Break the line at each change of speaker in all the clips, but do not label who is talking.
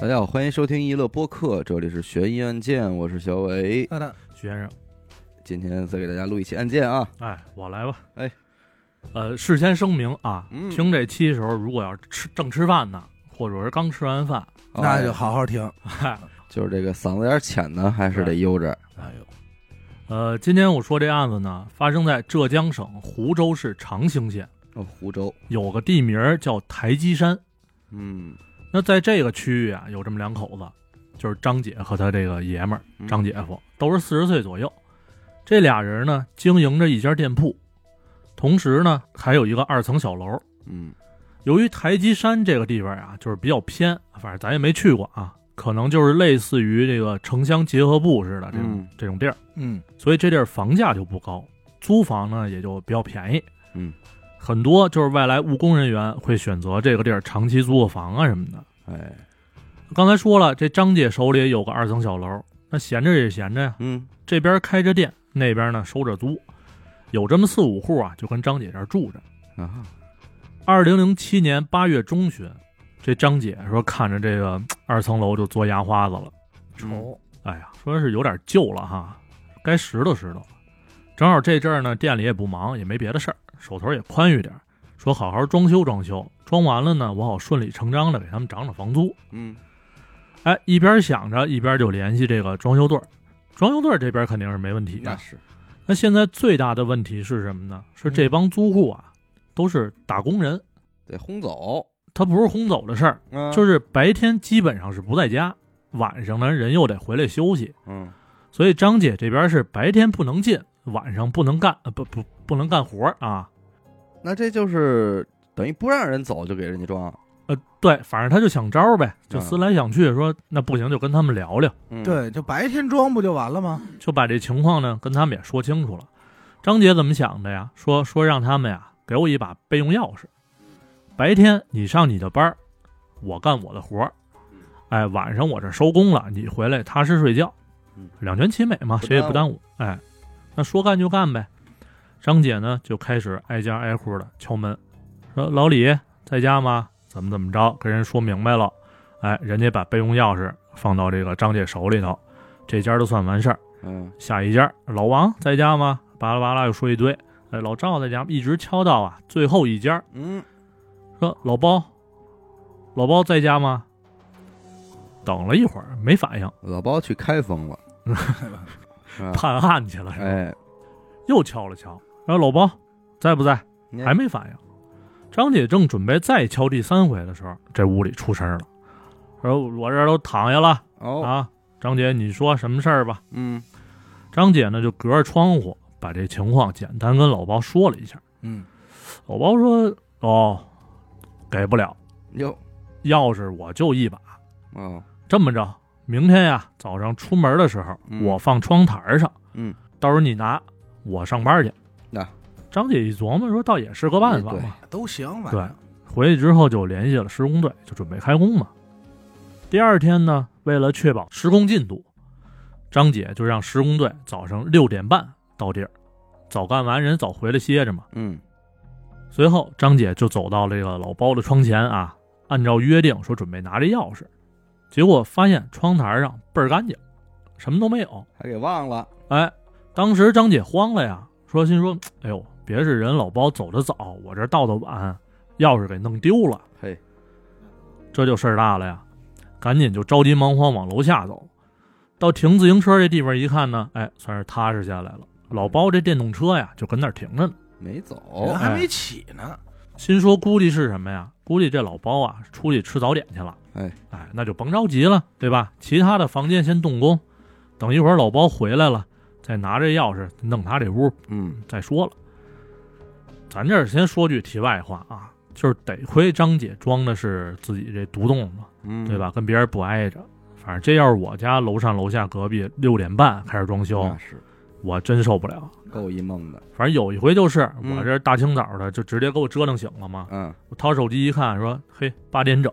大家好，欢迎收听娱乐播客，这里是悬疑案件，我是小伟。
啊那那
徐先生，
今天再给大家录一期案件啊，
哎，我来吧，
哎，
呃，事先声明啊，
嗯
听这期的时候，如果要是吃正吃饭呢，或者是刚吃完饭，
那就
哎
好好听。
就是这个嗓子有点浅呢，还是得悠着。
哎呦，
呃，今天我说这案子呢，发生在浙江省湖州市长兴县，
哦，湖州，
有个地名儿叫台基山。
嗯
那在这个区域啊，有这么两口子，就是张姐和她这个爷们儿
嗯
张姐夫，都是四十岁左右。这俩人呢，经营着一家店铺，同时呢，还有一个二层小楼。
嗯
由于台基山这个地方啊，就是比较偏，反正咱也没去过啊，可能就是类似于这个城乡结合部似的这种、
嗯
这种地儿，
嗯，
所以这地儿房价就不高，租房呢也就比较便宜。
嗯，
很多就是外来务工人员会选择这个地儿长期租个房啊什么的。
哎，
刚才说了，这张姐手里有个二层小楼，那闲着也闲着呀，
嗯
这边开着店，那边呢收着租，有这么四五户啊，就跟张姐这儿住着。
啊，
二零零七年八月中旬，这张姐说看着这个二层楼就嘬牙花子了，
嗯
丑，
哎呀，说是有点旧了哈，该拾掇拾掇了。正好这阵儿呢，店里也不忙，也没别的事儿，手头也宽裕点儿，说好好装修装修，装完了呢，我好顺理成章的给他们涨涨房租。
嗯
哎，一边想着，一边就联系这个装修队儿。装修队儿这边肯定是没问题
那
的。
是
那现在最大的问题是什么呢？是这帮租户啊，都是打工人，
得轰走，
他不是轰走的事儿，
嗯
就是是白天基本上是不在家，晚上呢人又得回来休息，
嗯
所以张姐这边是白天不能进，晚上不能干，呃、不不不能干活啊。
那这就是等于不让人走就给人家装，
呃，对，反正他就想招儿呗，就
嗯
思来想去说，那不行就跟他们聊聊，
嗯，
对，就白天装不就完了吗？
就把这情况呢跟他们也说清楚了。张姐怎么想的呀？说说让他们呀给我一把备用钥匙，白天你上你的班儿，我干我的活儿，哎，晚上我这收工了，你回来踏实睡觉
嗯，
两全其美嘛，
不
谁也
耽
不耽误。哎，那说干就干呗。张姐呢就开始挨家挨户的敲门，说老李在家吗？怎么怎么着，跟人说明白了。哎，人家把备用钥匙放到这个张姐手里头，这家就算完事儿。
嗯
下一家老王在家吗？巴拉巴拉又说一堆。哎，老赵在家吗，一直敲到啊最后一家，
嗯
说老包，老包在家吗？等了一会儿没反应，
老包去开封了，啊
判案去了是吧？
哎，
又敲了敲，然后老包在不在？
你
还没反应。张姐正准备再敲第三回的时候，这屋里出声了，说我这儿都躺下了、
哦，
啊，张姐你说什么事儿吧？
嗯
张姐呢就隔着窗户把这情况简单跟老包说了一下。
嗯，
老包说哦，给不了，
哟
钥匙我就一把，
哦，
这么着，明天呀早上出门的时候，
嗯
我放窗台上，
嗯，
到时候你拿，我上班去。
那哎
张姐一琢磨说，倒也是个办法
对
嘛。
都行，反
对
正，
回去之后就联系了施工队，就准备开工嘛。第二天呢，为了确保施工进度，张姐就让施工队早上六点半到地儿，早干完人早回来歇着嘛。
嗯
随后，张姐就走到这个老包的窗前啊，按照约定说准备拿着钥匙，结果发现窗台上倍儿干净，什么都没有。
还给忘了，
哎，当时张姐慌了呀，说心说，哎呦，别是人老包走得早，我这到的晚，钥匙给弄丢了，
嘿，
这就事儿大了呀，赶紧就着急忙慌往楼下走，到停自行车这地方一看呢，哎，算是踏实下来了。老包这电动车呀，就跟那儿停着呢。
没走，
人还没起呢。
哎
心说估计是什么呀？估计这老包啊出去吃早点去了。
哎
哎，那就甭着急了，对吧？其他的房间先动工，等一会儿老包回来了，再拿着钥匙弄他这屋
嗯
再说了。咱这儿先说句题外话啊，就是得亏张姐装的是自己这独栋嘛，
嗯，
对吧？跟别人不挨着。反正这要是我家楼上楼下隔壁六点半开始装修
那，是
我真受不了。
够一梦的，
反正有一回就是
嗯
我这大清早的就直接给我折腾醒了嘛，
嗯，
我掏手机一看，说：“嘿，八点整。”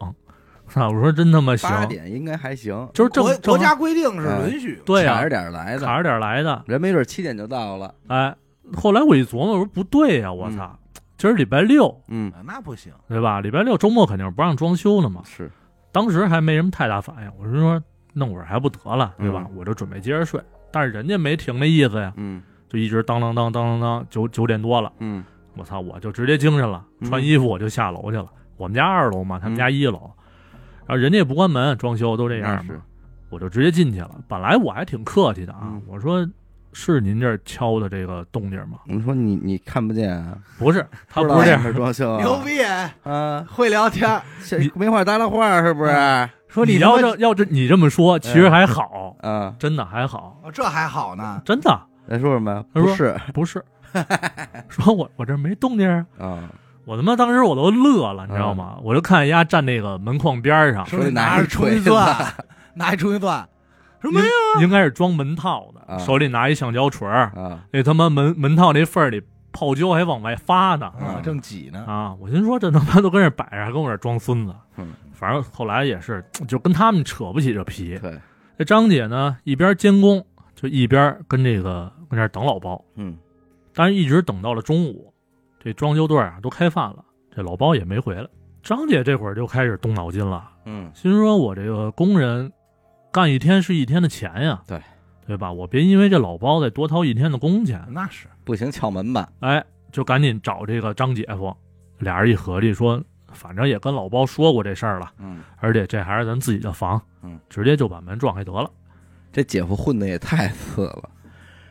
啊，我说真他妈行，
八点应该还行，
就是正
国
正
国
哎
家规定是允许，
对
卡
呀、
着点儿来的，
卡着点儿来的。
人没准七点就到了，
哎，后来我一琢磨，我说不对呀、我操，今儿礼拜六
嗯，
啊那不行。
对吧？礼拜六周末肯定是不让装修的嘛。
是，
当时还没什么太大反应，我是说弄会儿还不得了，对吧？我就准备接着睡，但是人家没停那意思呀，
嗯
就一直当当当当当当，九九点多了，
嗯
我操，我就直接精神了，
嗯
穿衣服我就下楼去了。我们家二楼嘛，他们家一楼，然后人家也不关门，装修都这样
那
嘛
是，
我就直接进去了。本来我还挺客气的啊，
嗯
我说是您这儿敲的这个动静吗？
你说你你看不见啊，
不 是，他
知
不
道
是这
哪
样，
儿装修啊，
牛逼，
啊！
会聊天。
这
你嗯
没话搭了话是不是？
说
你
他
要
妈
这要这你这么
哎
说，其实还好，
啊，
真的还好，
哦这还好呢，
真 的
咱说什么呀？
他
不
说
是
不是，说我我这儿没动静啊。
啊，
我他妈当时我都乐了，你知道
嗯
吗？我就看人家站那个门框边儿上，
说
手里拿着冲
啊拿一锤
击钻， 拿一冲击钻，说没有，
应该是装门套
啊
的，手里拿一橡胶锤儿，
啊，
那他妈门门套那缝儿里泡椒还往外发呢
嗯
啊正挤呢，
啊！我心说这他妈都跟这摆着，还跟我这装孙子
嗯。
反正后来也是， 就跟他们扯不起这皮。
对，
这张姐呢，一边监工，就一边跟这个跟这儿等老包，
嗯
但是一直等到了中午，这装修队儿啊都开饭了，这老包也没回来。张姐这会儿就开始动脑筋了，
嗯
心说我这个工人干一天是一天的钱呀，
对
对吧？我别因为这老包再多掏一天的工钱，
那是
不行，敲门吧。
哎，就赶紧找这个张姐夫。俩人一合计说，反正也跟老包说过这事儿了，
嗯，
而且这还是咱自己的房，
嗯，
直接就把门撞开得了。
这姐夫混的也太次了，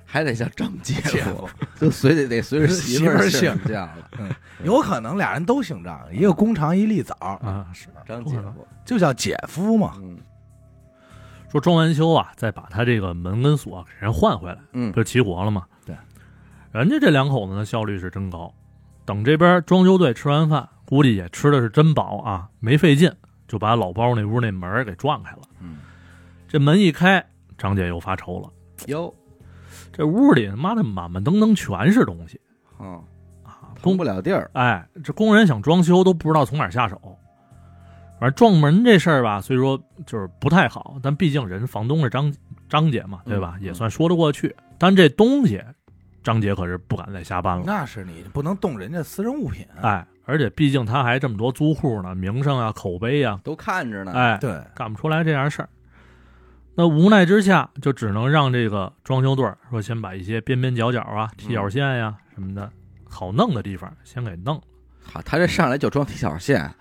还得叫张姐
姐
夫
夫，
就随得得随着媳妇儿
媳妇儿
这样了。
有可能俩人都姓张，一个工长，一立早，
啊，是
张姐夫，
就叫姐夫嘛。
嗯
说装完修啊，再把他这个门跟锁给人换回来，
嗯
不就齐活了吗？
对，
人家这两口子呢效率是真高。等这边装修队吃完饭，估计也吃的是真饱啊，没费劲就把老包那屋那门儿给撞开了。
嗯，
这门一开，张姐又发愁了，
哟，
这屋里他妈的满满登登全是东西
嗯，
啊，
通
工
不了地儿。
哎，这工人想装修都不知道从哪儿下手。反正撞门这事儿吧，虽说就是不太好，但毕竟人房东是张张姐嘛，对吧？
嗯
也
嗯
算说得过去。但这东西，张姐可是不敢再瞎搬了。
那是你不能动人家私人物品，啊
哎，而且毕竟他还这么多租户呢，名声啊、口碑啊，
都看着呢，，
哎，
对，
干不出来这样的事儿。那无奈之下，就只能让这个装修队儿说，先把一些边边角角啊、
嗯
踢脚线呀、什么的好弄的地方先给弄了。
好，他这上来就装皮小线，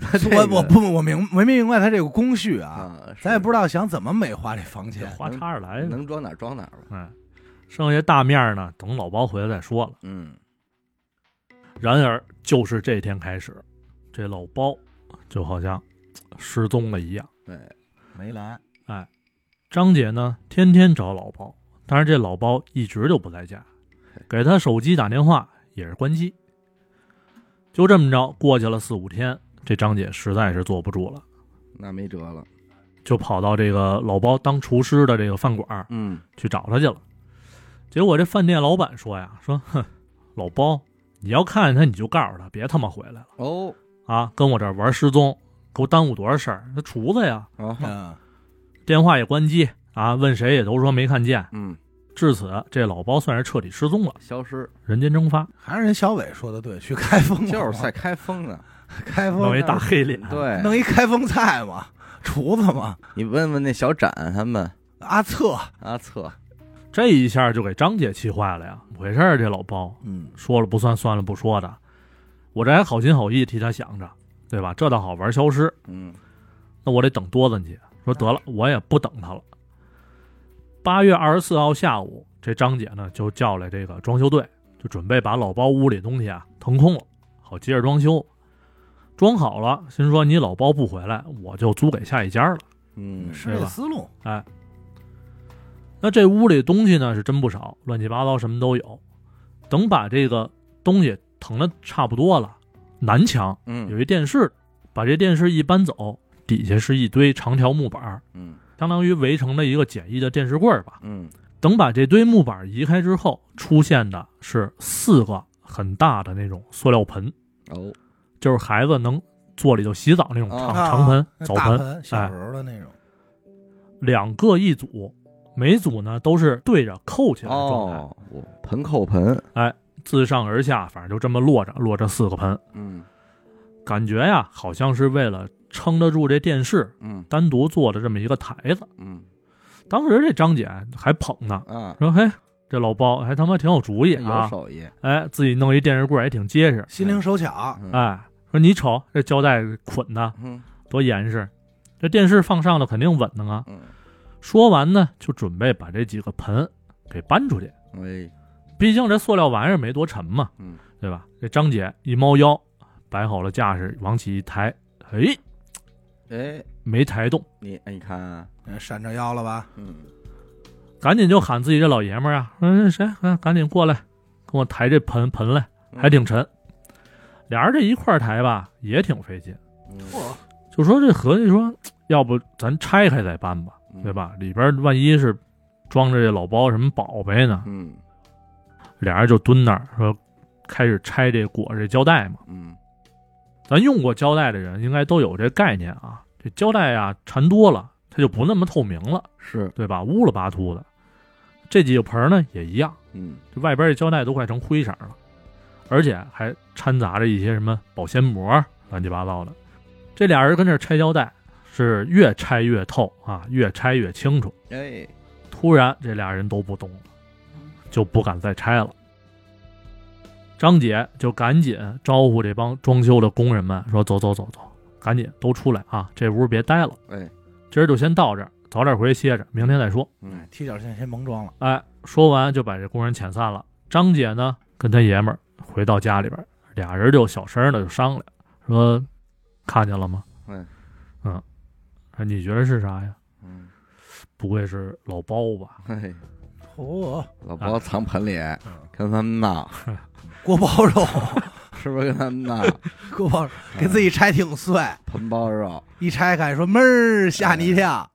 他这
我
个
我不我明没明白他这个工序啊，
啊，
咱也不知
道
道想怎么美化这房
这
间。
花叉着来的，
能装哪儿装哪儿吧。
哎，剩下大面儿呢，等老包回来再说了。
嗯
然而，就是这天开始，这老包就好像嘖失踪了一样。
没来，
张姐呢，天天找老包，但是这老包一直就不在家，给他手机打电话也是关机。就这么着过去了四五天，这张姐实在是坐不住了，
那没辙了。
就跑到这个老包当厨师的这个饭馆儿
嗯，
去找他去了。结果这饭店老板说呀，说哼，老包，你要看见他你就告诉他，别他妈回来了
哦，
啊，跟我这儿玩失踪，给我耽误多少事儿？那厨子呀，
啊，
嗯，
电话也关机啊，问谁也都说没看见。
嗯，
至此，这老包算是彻底失踪了，
消失，
人间蒸发，
还是人小伟说的对，去开封嘛
就是在开封呢。
开封
弄一大黑脸。，
哦对，
弄一开封菜嘛，厨子嘛，
你问问那小展他们，
阿策，
阿策，
这一下就给张姐气坏了呀！怎么回事儿？这老包
嗯，
说了不算，算了不说的，我这还好心好意替他想着，对吧？这倒好玩消失，
嗯，
那我得等多子去。说得了，我也不等他了。八月二十四号下午，这张姐呢就叫来这个装修队，就准备把老包屋里东西啊腾空了，好接着装修。装好了，心说你老包不回来，我就租给下一家了。
嗯，
是
对
这
吧
思路，
那这屋里东西呢是真不少，乱七八糟什么都有。等把这个东西腾的差不多了，南墙
嗯，
有一电视，把这电视一搬走，底下是一堆长条木板儿，
嗯，
相当于围成了一个简易的电视柜儿吧。
嗯，
等把这堆木板移开之后，出现的是四个很大的那种塑料盆，
哦，
就是孩子能坐里头洗澡那种
啊
长
啊
长盆、哎
那
澡
大
盆，
盆，小时候的那种，
两个一组，每组呢都是对着扣起来的状态。
哦，我盆扣盆，
自上而下，反正就这么摞着，摞着四个盆，
嗯，
感觉呀，好像是为了撑得住这电视，
嗯
单独做的这么一个台子。
嗯
当时这张姐还捧呢，
啊，
说：“嘿，这老包还他妈挺有主意
有
啊！
手艺，
哎，自己弄一电视柜儿也挺结实。
心灵手巧，
嗯，
哎，说你瞅这胶带捆的
嗯
多严实，这电视放上了肯定稳当啊。
嗯，
说完呢，就准备把这几个盆给搬出去。
哎，
毕竟这塑料玩意儿没多沉嘛，
嗯，
对吧？这张姐一猫腰，摆好了架势，往起一抬，哎，
哎，
没抬动，
你哎你看啊，
呃闪着腰了吧？
嗯
赶紧就喊自己这老爷们儿啊，嗯，谁，嗯，赶紧过来，跟我抬这盆盆来，还挺
嗯
沉。俩人这一块儿抬吧，也挺费劲。
嗯
嚯，
就说这合计说，要不咱拆开再搬吧，
嗯
对？吧？里边万一是装着这老包什么宝贝呢？
嗯
俩人就蹲那儿说，开始拆这裹这胶带嘛。
嗯
咱用过胶带的人应该都有这概念啊。这胶带啊，缠多了它就不那么透明了，
是，
对吧？乌了巴秃的。这几个盆儿呢也一样，
嗯
这外边这胶带都快成灰色了，而且还掺杂着一些什么保鲜膜，乱七八糟的。这俩人跟这儿拆胶带，是越拆越透啊，越拆越清楚。
哎，
突然，这俩人都不动了，就不敢再拆了。张姐就赶紧招呼这帮装修的工人们说：“走走走走，赶紧都出来啊！这屋别待了，
哎，
今儿就先到这儿，早点回去歇着，明天再说。
嗯
踢脚线先甭装了，”
哎，说完就把这工人遣散了。张姐呢，跟她爷们儿回到家里边儿，俩人就小声的就商量说：“看见了吗？
嗯
嗯，说你觉得是啥呀？
嗯，
不会是老包吧？
嘿，
嚯，
老包藏盆里，跟他们闹，
锅包肉，
是不是跟他们闹？
锅
嗯
包肉给自己拆挺碎，
盆包肉，
一拆开说闷儿，吓你一跳。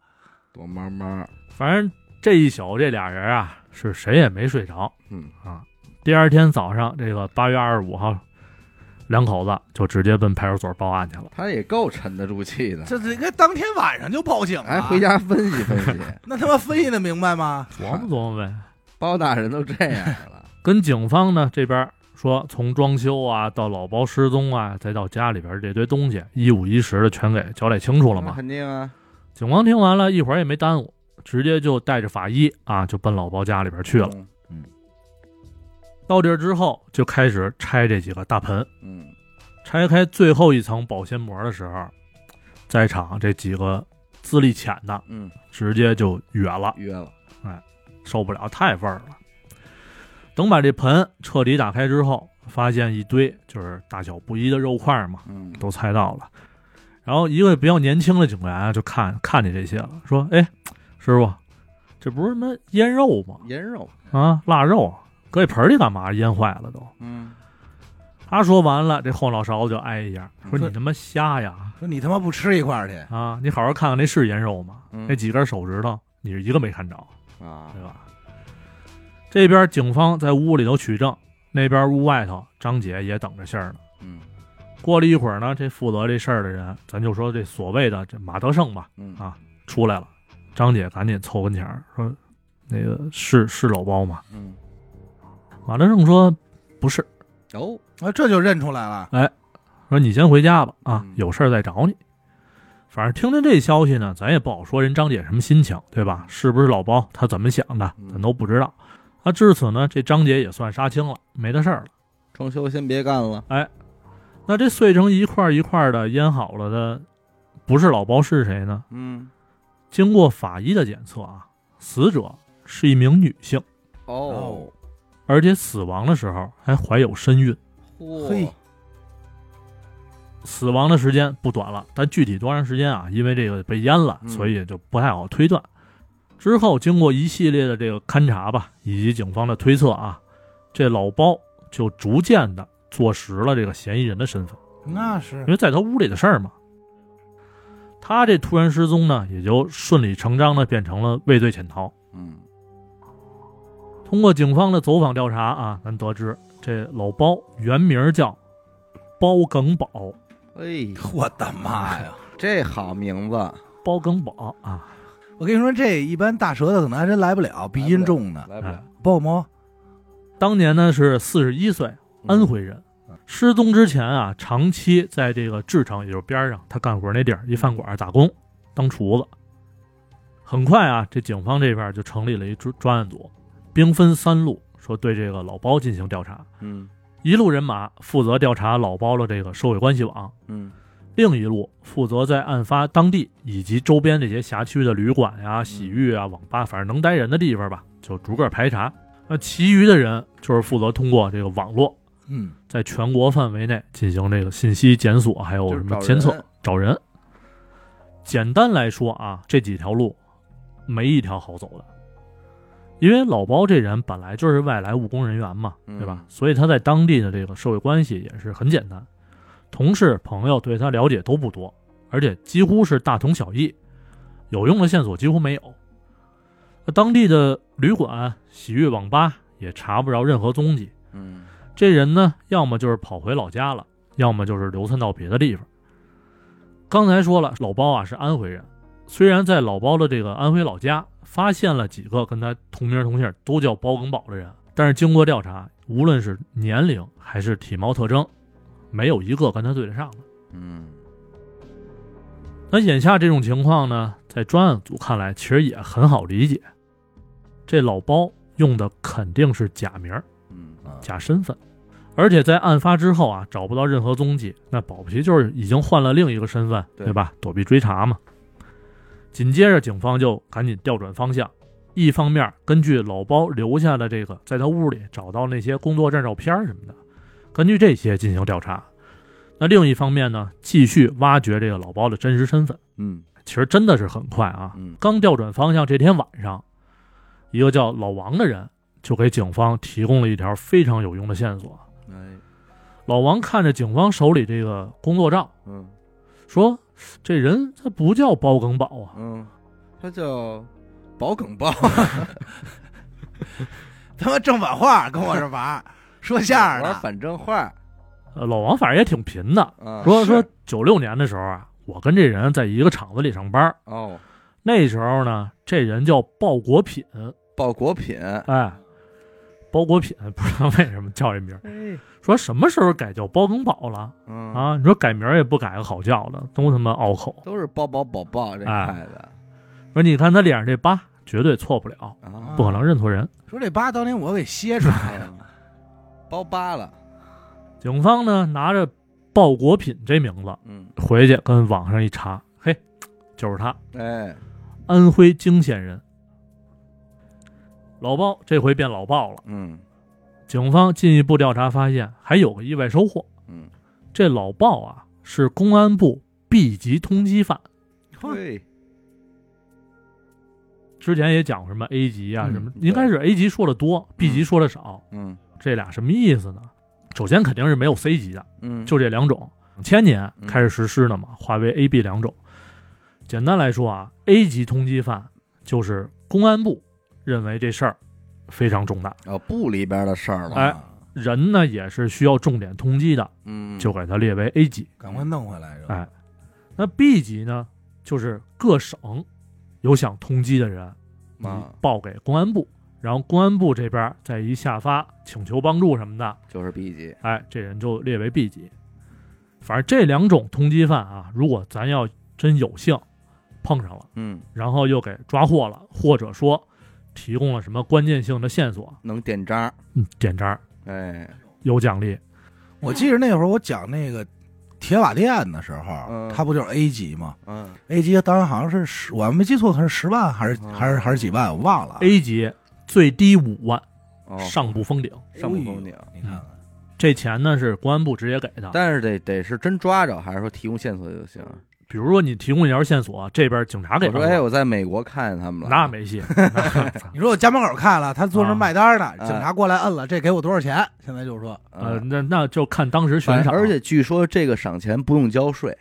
躲猫猫，
反正这一宿这俩人啊，是谁也没睡着。
嗯
啊，第二天早上，这个八月二十五号，两口子就直接奔派出所报案去了。
他也够沉得住气的，
这这应该当天晚上就报警
哎，
了。
回家分析分析，
那他妈分析的明白吗？
琢磨琢磨呗，
包大人都这样了，
跟警方呢这边说，从装修啊到老包失踪啊，再到家里边这堆东西，一五一十的全给交代清楚了
那
嘛。
肯定啊，
警方听完了一会儿也没耽误，直接就带着法医啊，就奔老包家里边去了。
嗯
到地儿之后，就开始拆这几个大盆。
嗯
拆开最后一层保鲜膜的时候，在场这几个资历浅的
嗯，
直接就哕了，
约了，
受不了，太味儿了。等把这盆彻底打开之后，发现一堆就是大小不一的肉块嘛，
嗯
都猜到了。然后一个比较年轻的警员啊，就看看见这些了，说：“哎，师傅，这不是什么腌肉吗？
腌肉，
啊，腊肉搁一盆儿里干嘛？腌坏了都。”
嗯，
他说完了，这后脑勺子就挨一下，说：“你他妈瞎呀！”
说你他妈不吃一块儿去，
啊，你好好看看那是腌肉吗？
嗯
那几根手指头，你是一个没看着，
啊
对，吧？这边警方在屋里头取证，那边屋外头张姐也等着信儿呢。
嗯
过了一会儿呢，这负责这事儿的人，咱就说这所谓的这马德胜吧，
嗯
啊出来了。张姐赶紧凑跟前儿说：“那个是是老包吗
嗯，？”
马德胜说：“不是。
哦，
啊，这就认出来了。”
说：“你先回家吧，啊
嗯，
有事儿再找你。”反正听听这消息呢，咱也不好说人张姐什么心情，对吧？是不是老包他怎么想的，
嗯
咱都不知道。啊，至此呢，这张姐也算杀青了，没得事儿了。
装修先别干了，
那这碎成一块儿一块儿的腌好了的，不是老包是谁呢？
嗯，
经过法医的检测啊，死者是一名女性，
哦，
而且死亡的时候还怀有身孕。
嚯
嘿，
死亡的时间不短了，但具体多长时间啊？因为这个被淹了，
嗯
所以就不太好推断。之后经过一系列的这个勘查吧，以及警方的推测啊，这老包就逐渐的坐实了这个嫌疑人的身份，
那
因
嗯
是
为在他屋里的事儿嘛。他这突然失踪呢，也就顺理成章的变成了畏罪潜逃。
嗯
通过警方的走访调查啊，咱得知这老包原名叫包耿宝，
哎，
我的妈呀！
这好名字，
包耿宝啊，
我跟你说，这一般大舌头可能还真来不了，鼻音重呢。
来不
哎
了，
包括猫，
当年呢是四十一岁，安徽人，失踪之前啊，长期在这个制城，也就是边上他干活那地儿一饭馆打工，当厨子。很快啊，这警方这边就成立了一专专案组，兵分三路，说对这个老包进行调查。
嗯
一路人马负责调查老包的这个社会关系网，
嗯
另一路负责在案发当地以及周边这些辖区的旅馆呀、洗浴啊、网吧，反正能待人的地方吧，就逐个排查。那其余的人就是负责通过这个网络，
嗯，
在全国范围内进行这个信息检索，还有
就
哦什
是
么
找
监测
人
找人。简单来说啊，这几条路没一条好走的，因为老包这人本来就是外来务工人员嘛，
嗯
对吧？所以他在当地的这个社会关系也是很简单，同事朋友对他了解都不多，而且几乎是大同小异，有用的线索几乎没有。那当地的旅馆、洗浴、网吧也查不着任何踪迹，
嗯
这人呢，要么就是跑回老家了，要么就是流窜到别的地方。刚才说了，老包啊是安徽人，虽然在老包的这个安徽老家发现了几个跟他同名同姓都叫包耿宝的人，但是经过调查，无论是年龄还是体貌特征，没有一个跟他对得上的。
嗯
那眼下这种情况呢，在专案组看来其实也很好理解，这老包用的肯定是假名儿。
嗯
啊
假身份，而且在案发之后啊，找不到任何踪迹，那保不齐就是已经换了另一个身份，
对
对吧？躲避追查嘛。紧接着，警方就赶紧调转方向，一方面根据老包留下的这个，在他屋里找到那些工作站照片什么的，根据这些进行调查；那另一方面呢，继续挖掘这个老包的真实身份。
嗯
其实真的是很快啊，
嗯
刚调转方向这天晚上，一个叫老王的人就给警方提供了一条非常有用的线索。
哎
老王看着警方手里这个工作照，
嗯
说：“这人他不叫包耿宝啊，
嗯，他叫宝梗 豹，
他妈正反话跟我这玩儿说相声
玩
呢，
反正话
呃，老王反正也挺贫的。
啊，
说
是
说九六年的时候啊，我跟这人在一个厂子里上班，
哦，
那时候呢，这人叫鲍国品，
报果品，
哎，包国品不知道为什么叫这名儿，
哎，
说什么时候改叫包耿宝了
嗯，
啊？你说改名儿也不改个好叫的，都他妈拗口。”
都是包宝宝宝这派的
说你看他脸上这疤，绝对错不了，
啊，
不可能认错人。
说这疤当年我给歇出来了，
嗯包八了，
警方呢拿着鲍国品这名字
嗯，
回去跟网上一查，嘿，就是他，
哎，
安徽泾县人。老鲍这回变老鲍了。
嗯
警方进一步调查发现，还有个意外收获，
嗯，
这老鲍啊是公安部 B 级通缉犯，
对，
之前也讲过什么 A 级啊
嗯
什么，
对
应该是 A 级说的多，B
嗯
级说的少，
嗯
这俩什么意思呢？首先肯定是没有 C 级的，
嗯，
就这两种，千年
嗯
开始实施的嘛，划为 A、B 两种。简单来说啊，A 级通缉犯就是公安部认为这事儿非常重大，
哦部里边的事儿了，
哎，人呢也是需要重点通缉的，
嗯，
就给他列为 A 级。
赶快弄回来是吧？
哎那 B 级呢，就是各省有想通缉的人，你
啊，
报给公安部，然后公安部这边再一下发请求帮助什么的，
就是 B 级，
哎，这人就列为 B 级。反正这两种通缉犯啊，如果咱要真有幸碰上了，
嗯，
然后又给抓获了，或者说提供了什么关键性的线索，
能点章，
嗯，点章
哎，
有奖励。
我记得那会儿我讲那个铁瓦店的时
嗯
候，他不就是 A 级吗
嗯
？A 级当时好像是十，我没记错，可是十万还是
哦
还是还是几万，我忘了。
A 级最低五万，
啊哦，
上不封顶。
上不封顶，
你看看，
这钱呢是公安部直接给的。
但是得得是真抓着，还是说提供线索就行？
比如说你提供一条线索，这边警察给
我
了
说，哎，我在美国看见他们了，
那 没戏。
你说我家门口看了，他坐那
啊
儿卖单呢，
哎
警察过来摁了，这给我多少钱？现在就是说
呃，
呃，
那那就看当时悬
反
赏。
而且据说这个赏钱不用交税，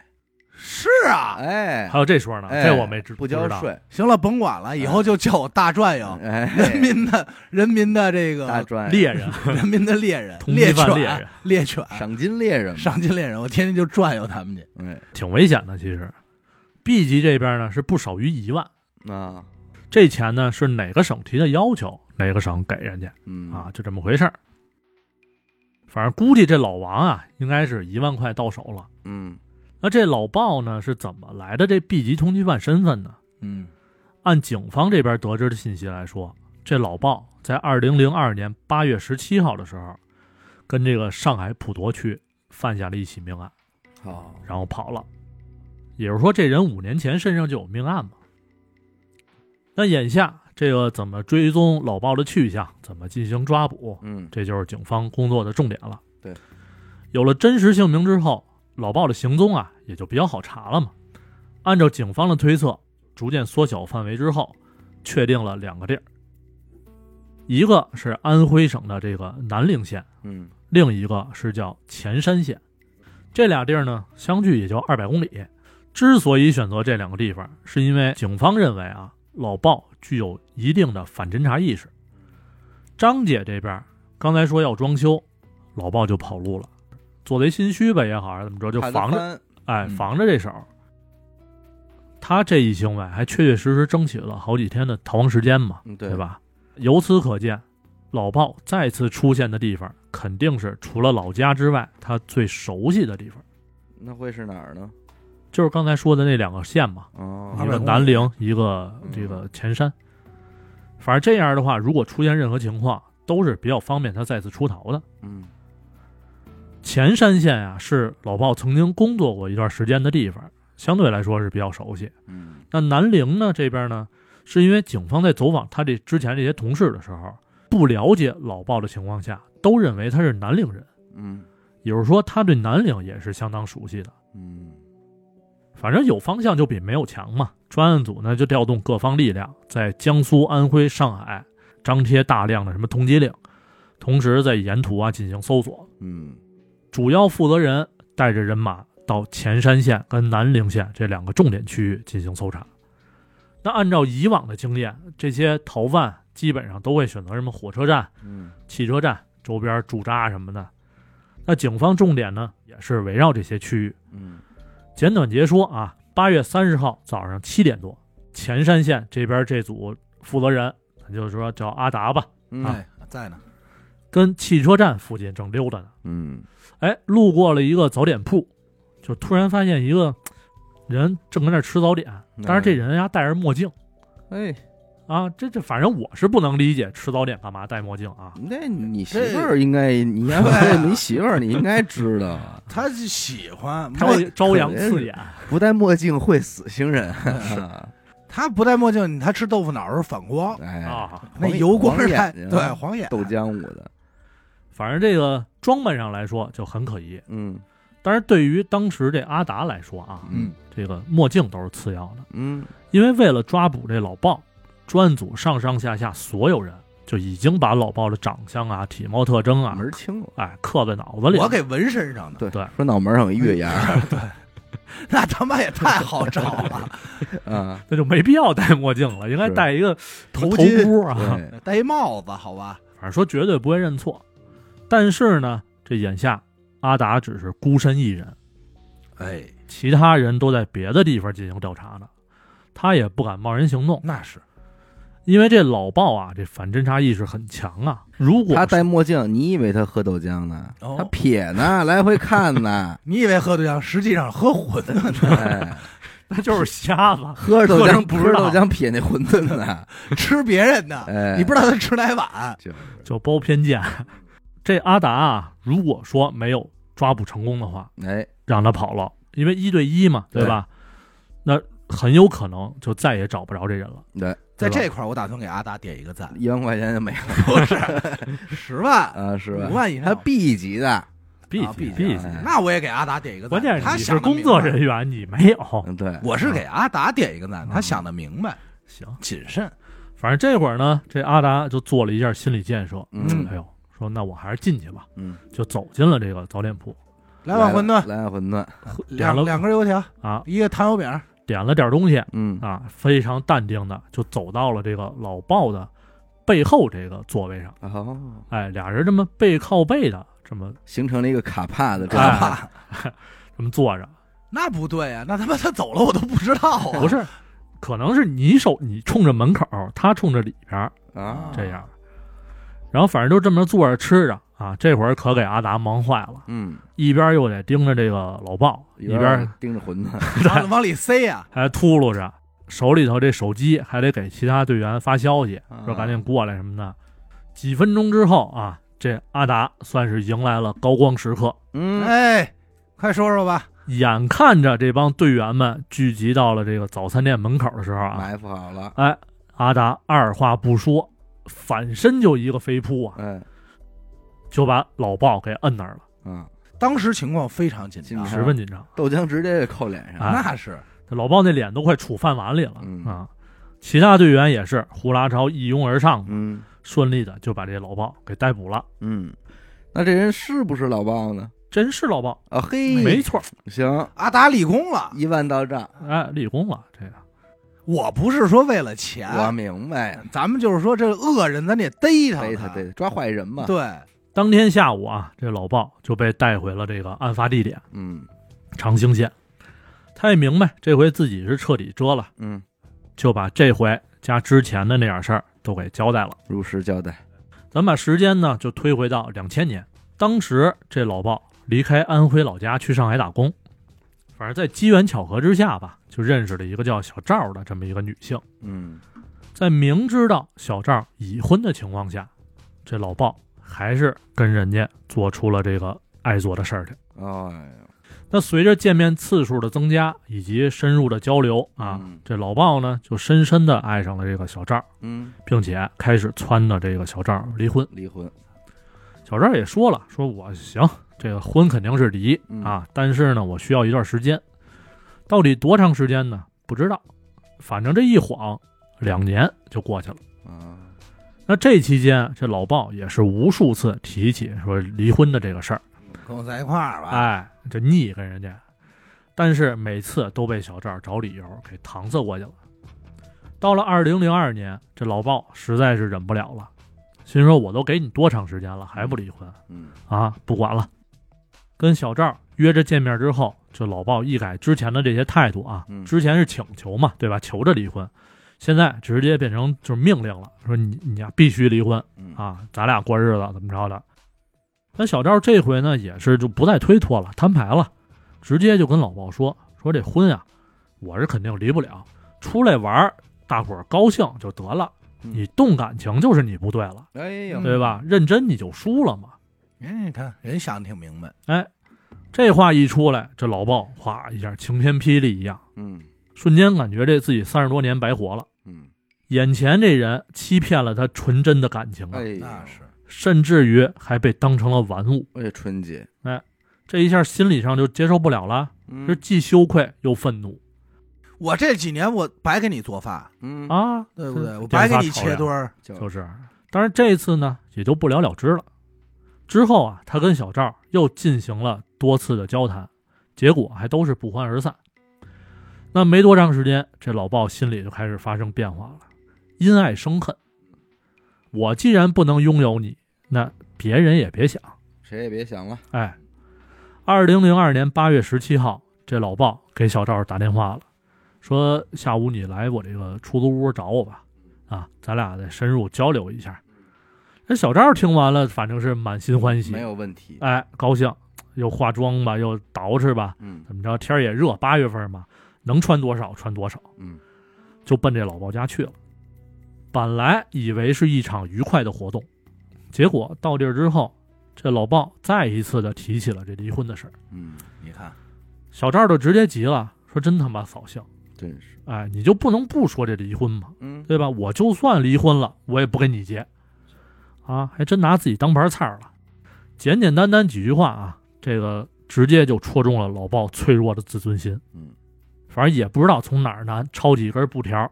是啊，
哎
还，有这说呢，
哎
这我没知
不
知
交
道啊
税，
行了，甭管了，以后就叫我大转悠，
哎，
人民的人民的这
大
个
专
猎人
人民的猎人，
通缉
猎
犯猎人
犬，啊猎犬，
赏金猎人嘛，
赏金猎人，我天天就转悠他们去。
哎
挺危险的。其实，B 级这边呢是不少于一万，
啊，
这钱呢是哪个省提的要求，哪个省给人家啊
嗯
啊，就这么回事儿。反正估计这老王啊，应该是一万块到手了。
嗯
那这老鲍呢，是怎么来的这 B 级通缉犯身份呢？
嗯
按警方这边得知的信息来说，这老鲍在二零零二年八月十七号的时候，跟这个上海普陀区犯下了一起命案，
好，
然后跑了。也就是说，这人五年前身上就有命案嘛。那眼下这个怎么追踪老鲍的去向，怎么进行抓捕，
嗯
这就是警方工作的重点了。
对，
有了真实姓名之后，老鲍的行踪啊也就比较好查了嘛。按照警方的推测，逐渐缩小范围之后，确定了两个地儿，一个是安徽省的这个南陵县，
嗯
另一个是叫前山县。这俩地儿呢，相距也就二百公里。之所以选择这两个地方，是因为警方认为啊，老鲍具有一定的反侦查意识。张姐这边刚才说要装修，老鲍就跑路了，做贼心虚呗也好，还是怎么着，就
看得
防着
翻
哎，
嗯
防着这手。他这一行为还确确实实争取了好几天的逃亡时间嘛，
嗯对
对？吧？由此可见，老鲍再次出现的地方，肯定是除了老家之外，他最熟悉的地方，
那会是哪儿呢？
就是刚才说的那两个县嘛，
哦，
一
200嗯
个
公里
南陵，一个这
嗯
个前山。反正这样的话，如果出现任何情况，都是比较方便他再次出逃的。
嗯
前山县啊，是老鲍曾经工作过一段时间的地方，相对来说是比较熟悉。
嗯
那南陵呢这边呢，是因为警方在走访他这之前这些同事的时候，不了解老鲍的情况下，都认为他是南陵人，
嗯
也就是说他对南陵也是相当熟悉的。
嗯
反正有方向就比没有强嘛。专案组呢就调动各方力量，在江苏、安徽、上海张贴大量的什么通缉令，同时在沿途啊进行搜索。
嗯
主要负责人带着人马到前山县跟南陵县这两个重点区域进行搜查。那按照以往的经验，这些逃犯基本上都会选择什么火车站、
嗯
汽车站周边驻扎什么的。那警方重点呢也是围绕这些区域。
嗯
简短截说啊，八月三十号早上七点多，前山县这边这组负责人，咱就说叫阿达吧，
嗯
哎，
啊
在呢，
跟汽车站附近正溜达呢。
嗯
哎，路过了一个早点铺，就突然发现一个人正跟那儿吃早点，但是这人家戴着墨镜
哎，
啊，这这反正我是不能理解吃早点干嘛戴墨镜啊。
那你媳妇儿应该，你要
对
是没媳妇儿，你应该知道，
他就喜欢
朝
墨
朝阳刺眼，
不戴墨镜会死星人。
他不戴墨镜，他吃豆腐脑儿时候反光，
哎，
啊，
那
黄
油光
黄
儿太
眼睛
对黄眼
豆浆舞的，
反正这个装扮上来说就很可疑。
嗯
但是对于当时这阿达来说啊，
嗯
这个墨镜都是次要的。
嗯
因为为了抓捕这老鲍，专案组上上下下所有人就已经把老鲍的长相啊、体貌特征啊
门，儿清了，
哎，刻在脑子里。
我给纹身上的，
对
对
说脑门上有一月牙
那他妈也太好找了，
啊，
那就没必要戴墨镜了，应该戴一个头
头巾
箍啊。
对，
戴一帽子好吧？
反正说绝对不会认错。但是呢，这眼下阿达只是孤身一人，
哎，
其他人都在别的地方进行调查呢，他也不敢贸然行动，
那是
因为这老鲍啊，这反侦查意识很强啊。如果
他
是
戴墨镜，你以为他喝豆浆呢？
哦，
他撇呢，来回看呢
你以为喝豆浆，实际上喝混 了呢，
哎，
他就是瞎子，
喝着豆
喝
浆
着不知
喝着
道
豆浆撇那馄饨呢，
吃别人的，
哎，
你不知道他吃哪碗，
就是
就包偏见。这阿达啊，如果说没有抓捕成功的话，
哎，
让他跑了，因为一对一嘛，
对
对吧？那很有可能就再也找不着这人了。
对，
在
对吧
这块儿我打算给阿达点一个赞，
一万块钱就没 了
十万、
啊，是吧
五？万以
他
上，
B 级的，
必
啊必
须
须
必须
哎，
那我也给阿达点一个赞。
关键
他
是你
想
是
得
工作
明白
人员，啊你没有。
嗯，对，
我是给阿达点一个赞，他
嗯
想的明白，
行，
谨慎。
反正这会儿呢，这阿达就做了一下心理建设，
嗯
哎呦，说那我还是进去吧，
嗯，
就走进了这个早点铺
来碗馄饨，
来碗馄饨，
点
两
了
两根油条，
啊，
一个糖油饼，
点了点东西
嗯
啊，非常淡定的就走到了这个老鲍的背后这个座位上。
哦，
哎，俩人这么背靠背的这么
形成了一个卡帕的状
干
啊
态，
嘛？
这么坐着，
那不对呀、那他妈他走了我都不知道啊！
不，是，可能是你手你冲着门口，他冲着里边儿
啊，
这样，然后反正就这么坐着吃着啊，这会儿可给阿达忙坏了，
嗯，
一边又得盯着这个老鲍，一边
盯着馄饨，
往往里塞啊呀、
还秃噜着，手里头这手机还得给其他队员发消息，
啊
说赶紧过来什么的。几分钟之后啊，这阿达算是迎来了高光时刻，
嗯，
哎，快说说吧，
眼看着这帮队员们聚集到了这个早餐店门口的时候啊，
埋伏好了，
哎，阿达二话不说，反身就一个飞扑啊，
哎，
就把老鲍给摁那儿了，
嗯，
当时情况非常紧
紧
张
张，
十分紧张。
豆浆直接给扣脸上，
啊
那是
这老鲍那脸都快杵饭碗里了、
嗯
啊！其他队员也是呼啦朝一拥而上，
嗯
顺利的就把这老鲍给逮捕了。
嗯，那这人是不是老鲍呢？
真是老鲍，
啊嘿，
没错，
行，
阿达立功了。
一万到账，
哎，立功了这个。
我不是说为了钱，
啊
我明白，
咱们就是说这恶人咱得逮上
逮他逮他抓坏人嘛，
对，
当天下午啊，这老鲍就被带回了这个案发地点
嗯
长兴县。他也明白这回自己是彻底折了，
嗯，
就把这回加之前的那点事儿都给交代了。
如实交代，
咱把时间呢就推回到两千年，当时这老鲍离开安徽老家去上海打工，反正在机缘巧合之下吧，就认识了一个叫小赵的这么一个女性。
嗯
在明知道小赵已婚的情况下，这老鲍还是跟人家做出了这个爱做的事儿去。
哦哎
那随着见面次数的增加以及深入的交流啊，
嗯
这老鲍呢就深深的爱上了这个小赵，
嗯，
并且开始撺掇这个小赵离婚。
离婚，
小赵也说了，说我行，这个婚肯定是离
嗯
啊，但是呢，我需要一段时间，到底多长时间呢？不知道，反正这一晃两年就过去了。
啊，
那这期间，这老鲍也是无数次提起说离婚的这个事儿，
跟我在一块儿吧。
哎，这腻跟人家，但是每次都被小赵找理由给搪塞过去了。到了二零零二年，这老鲍实在是忍不了了，心说我都给你多长时间了，还不离婚？
嗯
啊，不管了。跟小赵约着见面之后，这老鲍一改之前的这些态度啊
嗯，
之前是请求嘛，对吧？求着离婚，现在直接变成就是命令了，说你你呀、必须离婚
嗯，
啊，咱俩过日子怎么着的。那小赵这回呢，也是就不再推脱了，摊牌了，直接就跟老鲍说说这婚啊，我是肯定离不了，出来玩儿，大伙儿高兴就得了，
嗯
你动感情就是你不对了，
哎呦，
对吧？认真你就输了嘛。
人你看人想得挺明白，
哎，这话一出来，这老鲍哗一下晴天霹雳一样，
嗯
瞬间感觉这自己三十多年白活了。
嗯，
眼前这人欺骗了他纯真的感情啊，
哎，
那，是
甚至于还被当成了玩物，
哎，春姐，
这一下心理上就接受不了了，
嗯
是既羞愧又愤怒
我这几年我白给你做饭，
嗯，
啊，
对不对？
这
我白给你
这
切
发愁
墩
呀
儿，
就
就是是。当然这次呢，也就不了了之了。之后啊，他跟小赵又进行了多次的交谈，结果还都是不欢而散。那没多长时间，这老鲍心里就开始发生变化了，因爱生恨。我既然不能拥有你，那别人也别想。
谁也别想了，
哎，二零零二年八月十七号，这老鲍给小赵打电话了，说下午你来我这个出租屋找我吧，啊，咱俩再深入交流一下。这小赵听完了，反正是满心欢喜
没，有问题，
哎，高兴，又化妆吧，又捯饬吧，
嗯
怎么着？天儿也热，八月份嘛，能穿多少穿多少，
嗯
就奔这老鲍家去了。本来以为是一场愉快的活动，结果到地儿之后，这老鲍再一次的提起了这离婚的事儿。
嗯，
你看
小赵就直接急了，说：“真他妈扫兴！
真是，
哎，你就不能不说这离婚吗？
嗯
对吧？我就算离婚了，我也不跟你结，啊，还真拿自己当盘菜儿了。简简单单几句话啊，这个直接就戳中了老鲍脆弱的自尊心。
嗯，
反正也不知道从哪儿难抄起一根布条，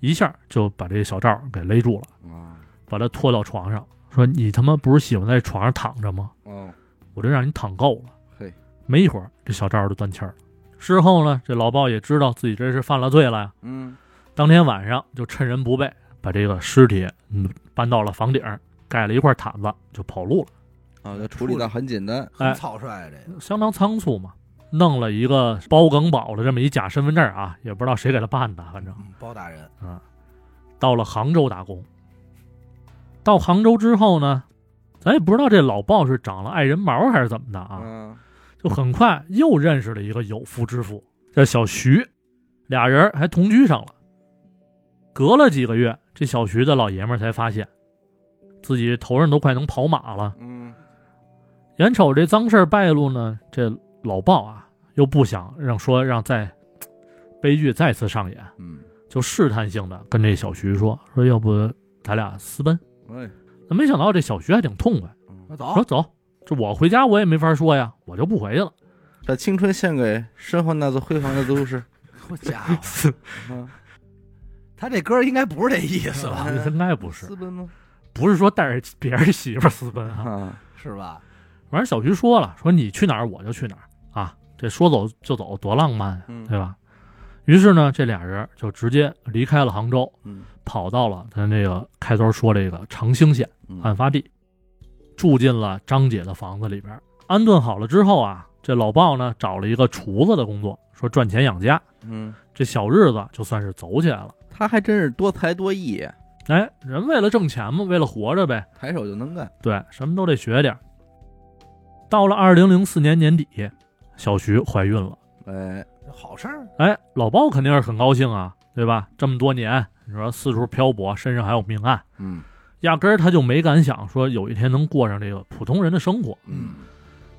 一下就把这小赵给勒住了，
啊
把他拖到床上，说：你他妈不是喜欢在床上躺着吗？
哦，
我就让你躺够了。
嘿，
没一会儿，这小赵就断气儿了。事后呢，这老鲍也知道自己这是犯了罪了呀。
嗯
当天晚上就趁人不备，把这个尸体嗯搬到了房顶儿，盖了一块毯子就跑路了，
啊，就处理的很简单，
很
哎
草率啊，这个
相当仓促嘛。弄了一个包耿宝的这么一假身份证啊，也不知道谁给他办的，反正
嗯包大人
到了杭州打工。到杭州之后呢，咱也不知道这老鲍是长了爱人毛还是怎么的啊，
嗯
就很快又认识了一个有夫之妇，叫小徐，俩人还同居上了。隔了几个月，这小徐的老爷们儿才发现，自己头上都快能跑马了。
嗯
眼瞅这脏事儿败露呢，这老鲍啊又不想让说让再呃悲剧再次上演，
嗯，
就试探性的跟这小徐说说，要不咱俩私奔？
哎，
那没想到这小徐还挺痛快，
那
嗯
走
说，走，这我回家我也没法说呀，我就不回去了。
把青春献给身患那座辉煌的都 市。
好家伙，
嗯，
他这歌应该不是这意思吧？
哎
啊应该不是，
私奔吗？
不是说带着别人媳妇儿私奔啊。
啊，
是吧？
反正小徐说了，说你去哪儿我就去哪儿啊，这说走就走多浪漫呀、
嗯
对吧？于是呢，这俩人就直接离开了杭州，
嗯
跑到了咱这个开头说这个长兴县
嗯
案发地，住进了张姐的房子里边。安顿好了之后啊，这老鲍呢找了一个厨子的工作，说赚钱养家，
嗯，
这小日子就算是走起来了。
他还真是多才多艺，
哎，人为了挣钱嘛，为了活着呗，
抬手就能干。
对，什么都得学点儿。到了二零零四年年底，小徐怀孕了。
哎，
好事儿，
哎，老包肯定是很高兴啊，对吧？这么多年，你说四处漂泊，身上还有命案，
嗯
压根儿他就没敢想说有一天能过上这个普通人的生活。
嗯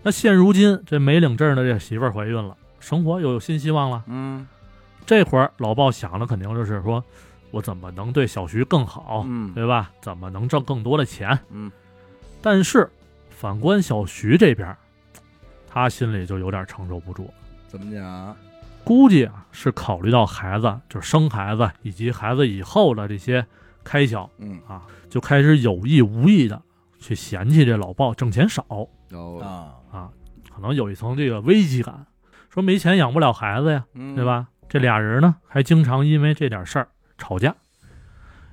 那现如今，这没领证的这媳妇儿怀孕了，生活又有新希望了。
嗯
这会儿老鲍想的肯定就是说，我怎么能对小徐更好，
嗯
对吧？怎么能挣更多的钱？
嗯，
但是反观小徐这边儿，他心里就有点承受不住了，
怎么讲？
估计啊是考虑到孩子，就是生孩子以及孩子以后的这些开销，啊
嗯，
就开始有意无意的去嫌弃这老鲍挣钱少
有，
啊，
啊，可能有一层这个危机感，说没钱养不了孩子呀，
嗯
对？吧？这俩人呢还经常因为这点事儿吵架。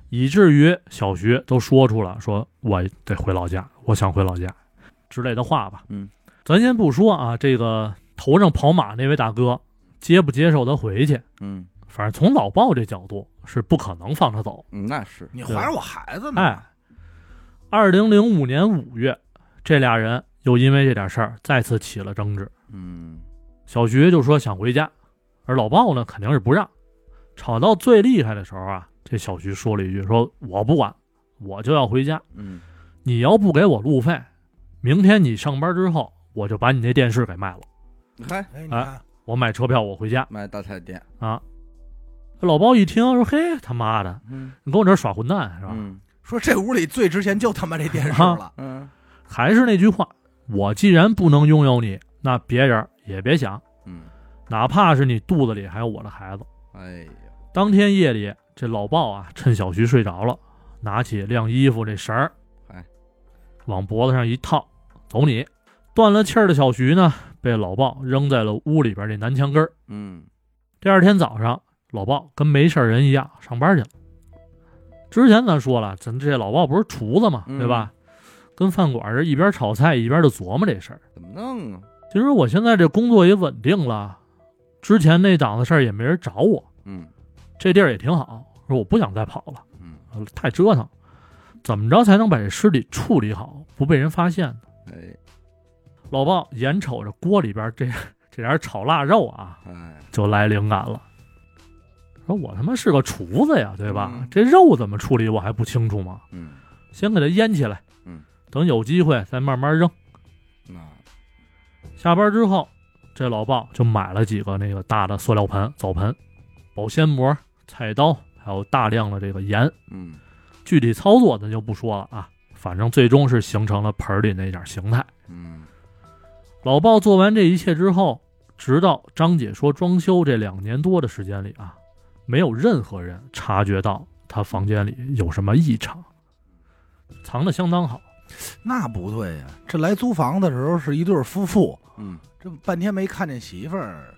以至于小徐都说出了说我得回老家，我想回老家之类的话吧。
嗯，
咱先不说啊，这个头上跑马那位大哥接不接受他回去，
嗯
反正从老鲍这角度是不可能放他走。
嗯，那是，
你怀着我孩子呢，
哎，二零零五年五月，这俩人又因为这点事儿再次起了争执。
嗯
小徐就说想回家，而老鲍呢肯定是不让。吵到最厉害的时候啊，这小徐说了一句：“说我不管，我就要回家。
嗯
你要不给我路费，明天你上班之后，我就把你那电视给卖了。
嗨，
哎，你看，
我买车票，我回家
买大菜店，
啊。”老包一听说：“嘿，他妈的，
嗯
你跟我这儿耍混蛋是吧？
嗯
说这屋里最值钱就他妈这电视了，
啊
嗯
还是那句话，我既然不能拥有你，那别人也别想，
嗯，
哪怕是你肚子里还有我的孩子。”
哎呀，
当天夜里，这老鲍啊，趁小徐睡着了，拿起晾衣服这绳儿
哎，
往脖子上一套，走你！断了气儿的小徐呢，被老鲍扔在了屋里边这南墙根儿。
嗯
第二天早上，老鲍跟没事儿人一样上班去了。之前咱说了，咱这老鲍不是厨子嘛，
嗯
对吧？跟饭馆儿这一边炒菜一边就琢磨这事儿。
怎么弄啊？
其实我现在这工作也稳定了，之前那档子事儿也没人找我，
嗯
这地儿也挺好。说我不想再跑了。
嗯，
呃太折腾，怎么着才能把这尸体处理好，不被人发现呢？
哎
老鲍眼瞅着锅里边这这点炒腊肉啊，
哎，
就来灵感了，说我他妈是个厨子呀，对吧？
嗯
这肉怎么处理我还不清楚吗？
嗯，
先给它腌起来，
嗯，
等有机会再慢慢扔。
那
下班之后，这老鲍就买了几个那个大的塑料盆、澡盆、保鲜膜、菜刀，还有大量的这个盐，
嗯
具体操作咱就不说了啊，反正最终是形成了盆儿里那点儿形态。
嗯
老鲍做完这一切之后，直到张姐说装修这两年多的时间里啊，没有任何人察觉到他房间里有什么异常，藏得相当好。
那不对呀，这来租房的时候是一对夫妇，
嗯，
这半天没看见媳妇儿，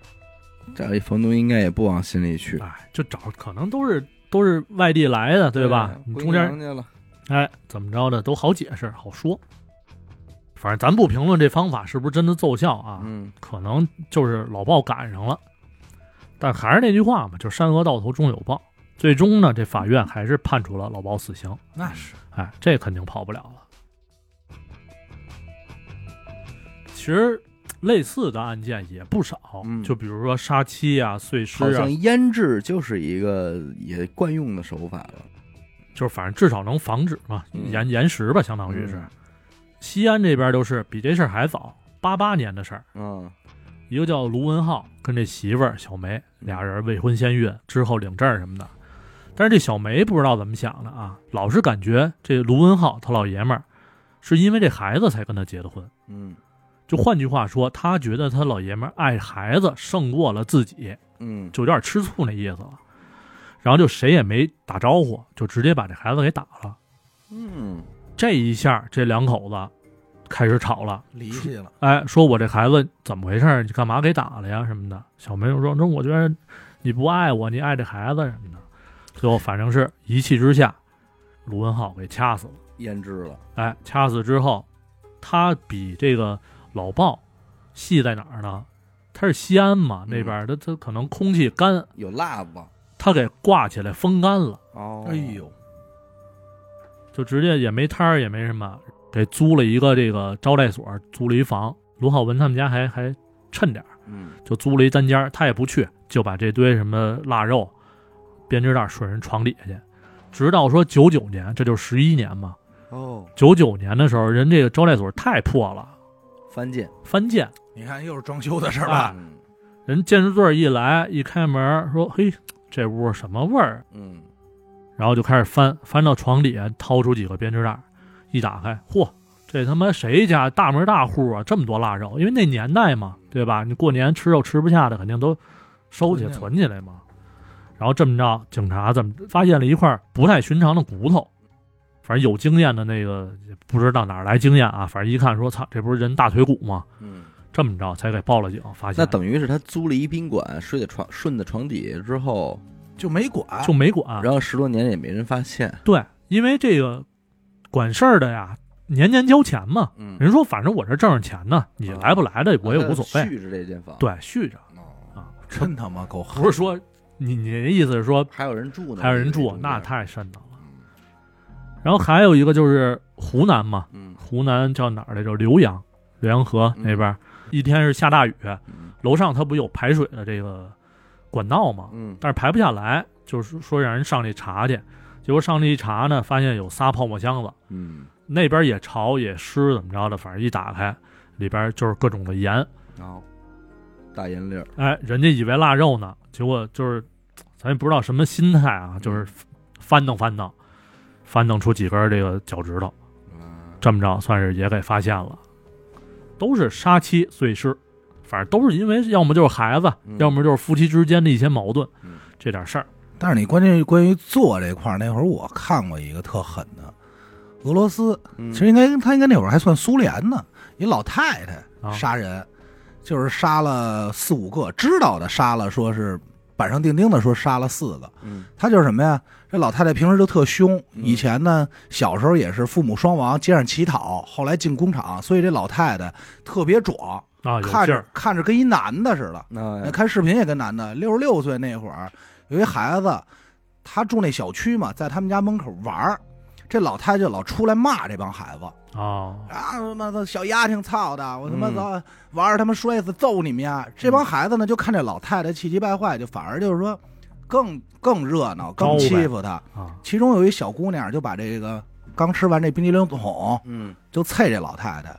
这位房东应该也不往心里去，
哎，就找可能都是都是外地来的，对吧？你
回
中间
娘家了，
哎，怎么着的都好解释，好说。反正咱不评论这方法是不是真的奏效啊，
嗯
可能就是老鲍赶上了。但还是那句话嘛，就山河到头终有报。最终呢，这法院还是判处了老鲍死刑。
那是
哎，这肯定跑不了了。实类似的案件也不少，
嗯
就比如说杀妻啊、碎尸
好
啊
像，腌制就是一个也惯用的手法了，
就是反正至少能防止嘛，
嗯
延延时吧，相当于是。西安这边都是比这事儿还早，八八年的事儿。
嗯，
一个叫卢文浩，跟这媳妇儿小梅俩人未婚先孕之后领证什么的。但是这小梅不知道怎么想的啊，老是感觉这卢文浩他老爷们儿是因为这孩子才跟他结的婚。
嗯
就换句话说，他觉得他老爷们儿爱孩子胜过了自己，
嗯
就有点吃醋那意思了。然后就谁也没打招呼，就直接把这孩子给打了。
嗯
这一下，这两口子开始吵了。
离去了，
哎，说我这孩子怎么回事儿？你干嘛给打了呀？什么的。小梅就说：“那我觉得你不爱我，你爱这孩子什么的。”最后反正是一气之下，卢文浩给掐死了。
腌制了，
哎，掐死之后，他比这个老鲍细在哪儿呢？他是西安嘛，
嗯
那边儿他他可能空气干，
有辣子，
他给挂起来风干了，
哦
哎，呦，
就直接也没摊儿也没什么，给租了一个这个招待所，租了一房。卢浩文他们家还还趁点儿，
嗯
就租了一单间儿，他也不去，就把这堆什么腊肉、编织袋儿顺人床底下去，直到说九九年，这就十一年嘛。
哦，
九九年的时候，人这个招待所太破了，
翻见，
翻建。
你看又是装修的事儿
啊
吧？
嗯
人建筑队儿一来，一开门儿说：“嘿，这屋什么味儿啊
嗯，？”
然后就开始翻，翻到床底下，掏出几个编织袋儿，一打开，嚯，这他妈谁家大门大户啊，这么多腊肉？因为那年代嘛，对吧？你过年吃肉吃不下的，肯定都收起来
存
存起来嘛。然后这么着，警察怎么发现了一块不太寻常的骨头？反正有经验的那个也不知道哪儿来经验啊，反正一看说，操，这不是人大腿骨吗？
嗯，
这么着才给报了警，发现
那等于是他租了一宾馆，睡在床顺着床底下之后，
就没管，
就没管，
然后十多年也没人发现，
对，因为这个管事儿的呀，年年交钱嘛。
嗯，啊
人说，反正我这挣着钱呢，你来不来的我也无所谓。
续着这间房，，
对，续着
哦，
啊，
真他妈够狠，
不是说你你的意思是说
还有人住呢，
还有人
这嗯
住，
中间
那，太瘆得了。然后还有一个就是湖南嘛，
嗯
湖南叫哪儿来着？浏阳，浏阳河那边，一天是下大雨，
嗯
楼上它不有排水的这个管道吗？
嗯，
但是排不下来，就是说让人上去查去，结果上去一查呢，发现有仨泡沫箱子，
嗯，
那边也潮也湿，怎么着的，反正一打开，里边就是各种的盐，
然后大银粒儿，
哎，人家以为腊肉呢，结果就是咱也不知道什么心态啊，就是翻腾翻腾，翻腾出几根这个脚趾头，
嗯
这么着算是也给发现了，都是杀妻碎尸，反正都是因为要么就是孩子，
嗯
要么就是夫妻之间的一些矛盾
嗯，
这点事儿。
但是你关键关于做这块儿，那会儿我看过一个特狠的，俄罗斯，
嗯
其实应该他应该那会儿还算苏联呢，一老太
啊
太杀人，就是杀了四五个，知道的杀了，说是板上钉钉的说杀了四个。
嗯
她就是什么呀？这老太太平时就特凶，
嗯
以前呢小时候也是父母双亡，街上乞讨，后来进工厂，所以这老太太特别壮，
啊，有
看着
劲儿，
看着跟一男的似的。
那
嗯
那看视频也跟男的，六十六岁那会儿，有一孩子，他住那小区嘛，在他们家门口玩儿，这老太太就老出来骂这帮孩子
啊，
啊，他妈的小丫挺操的，我他妈
嗯
早玩儿他妈摔死揍你们呀！这帮孩子呢，就看这老太太气急败坏，就反而就是说更更热闹，
招
更
呗
欺负她。
啊，
其中有一小姑娘就把这个刚吃完这冰激凌桶
嗯，
就啐这老太太，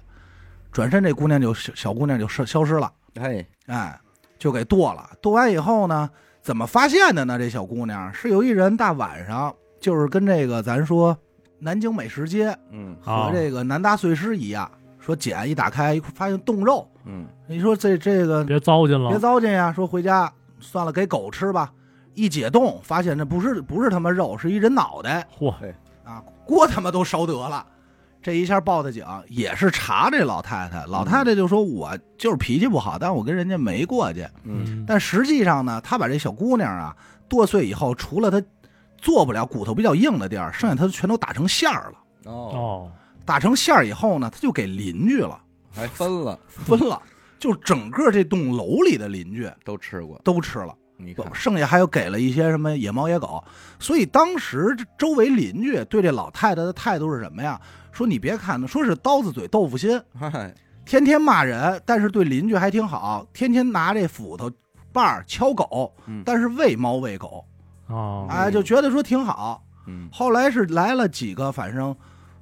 转身这姑娘就小小姑娘就消消失了。
嘿，
哎，就给剁了。剁完以后呢，怎么发现的呢？这小姑娘是有一人大晚上，就是跟这个咱说南京美食街
嗯
啊
和这个南大碎尸一样，说捡一打开，一发现冻肉。
嗯
你说这这个
别糟践了
别，糟践呀，说回家算了，给狗吃吧。一解冻，发现这不是不是他妈肉，是一人脑袋
嚯，
啊，锅他妈都烧得了。这一下报的警，也是查这老太太。老太太就说：“我就是脾气不好，但我跟人家没过去。”
嗯，
但实际上呢，他把这小姑娘啊剁碎以后，除了她做不了骨头比较硬的地儿，剩下她全都打成馅儿了。
哦，
哦，
打成馅儿以后呢，他就给邻居了，
还分了，
分了，就整个这栋楼里的邻居
都吃过，
都吃了，
你看，
剩下还有给了一些什么野猫野狗。所以当时这周围邻居对这老太太的态度是什么呀？说你别看，说是刀子嘴豆腐心，
嗨，
天天骂人，但是对邻居还挺好，天天拿这斧头把儿敲狗，
嗯
但是喂猫喂狗，
哦，
哎，就觉得说挺好。
嗯
后来是来了几个，反正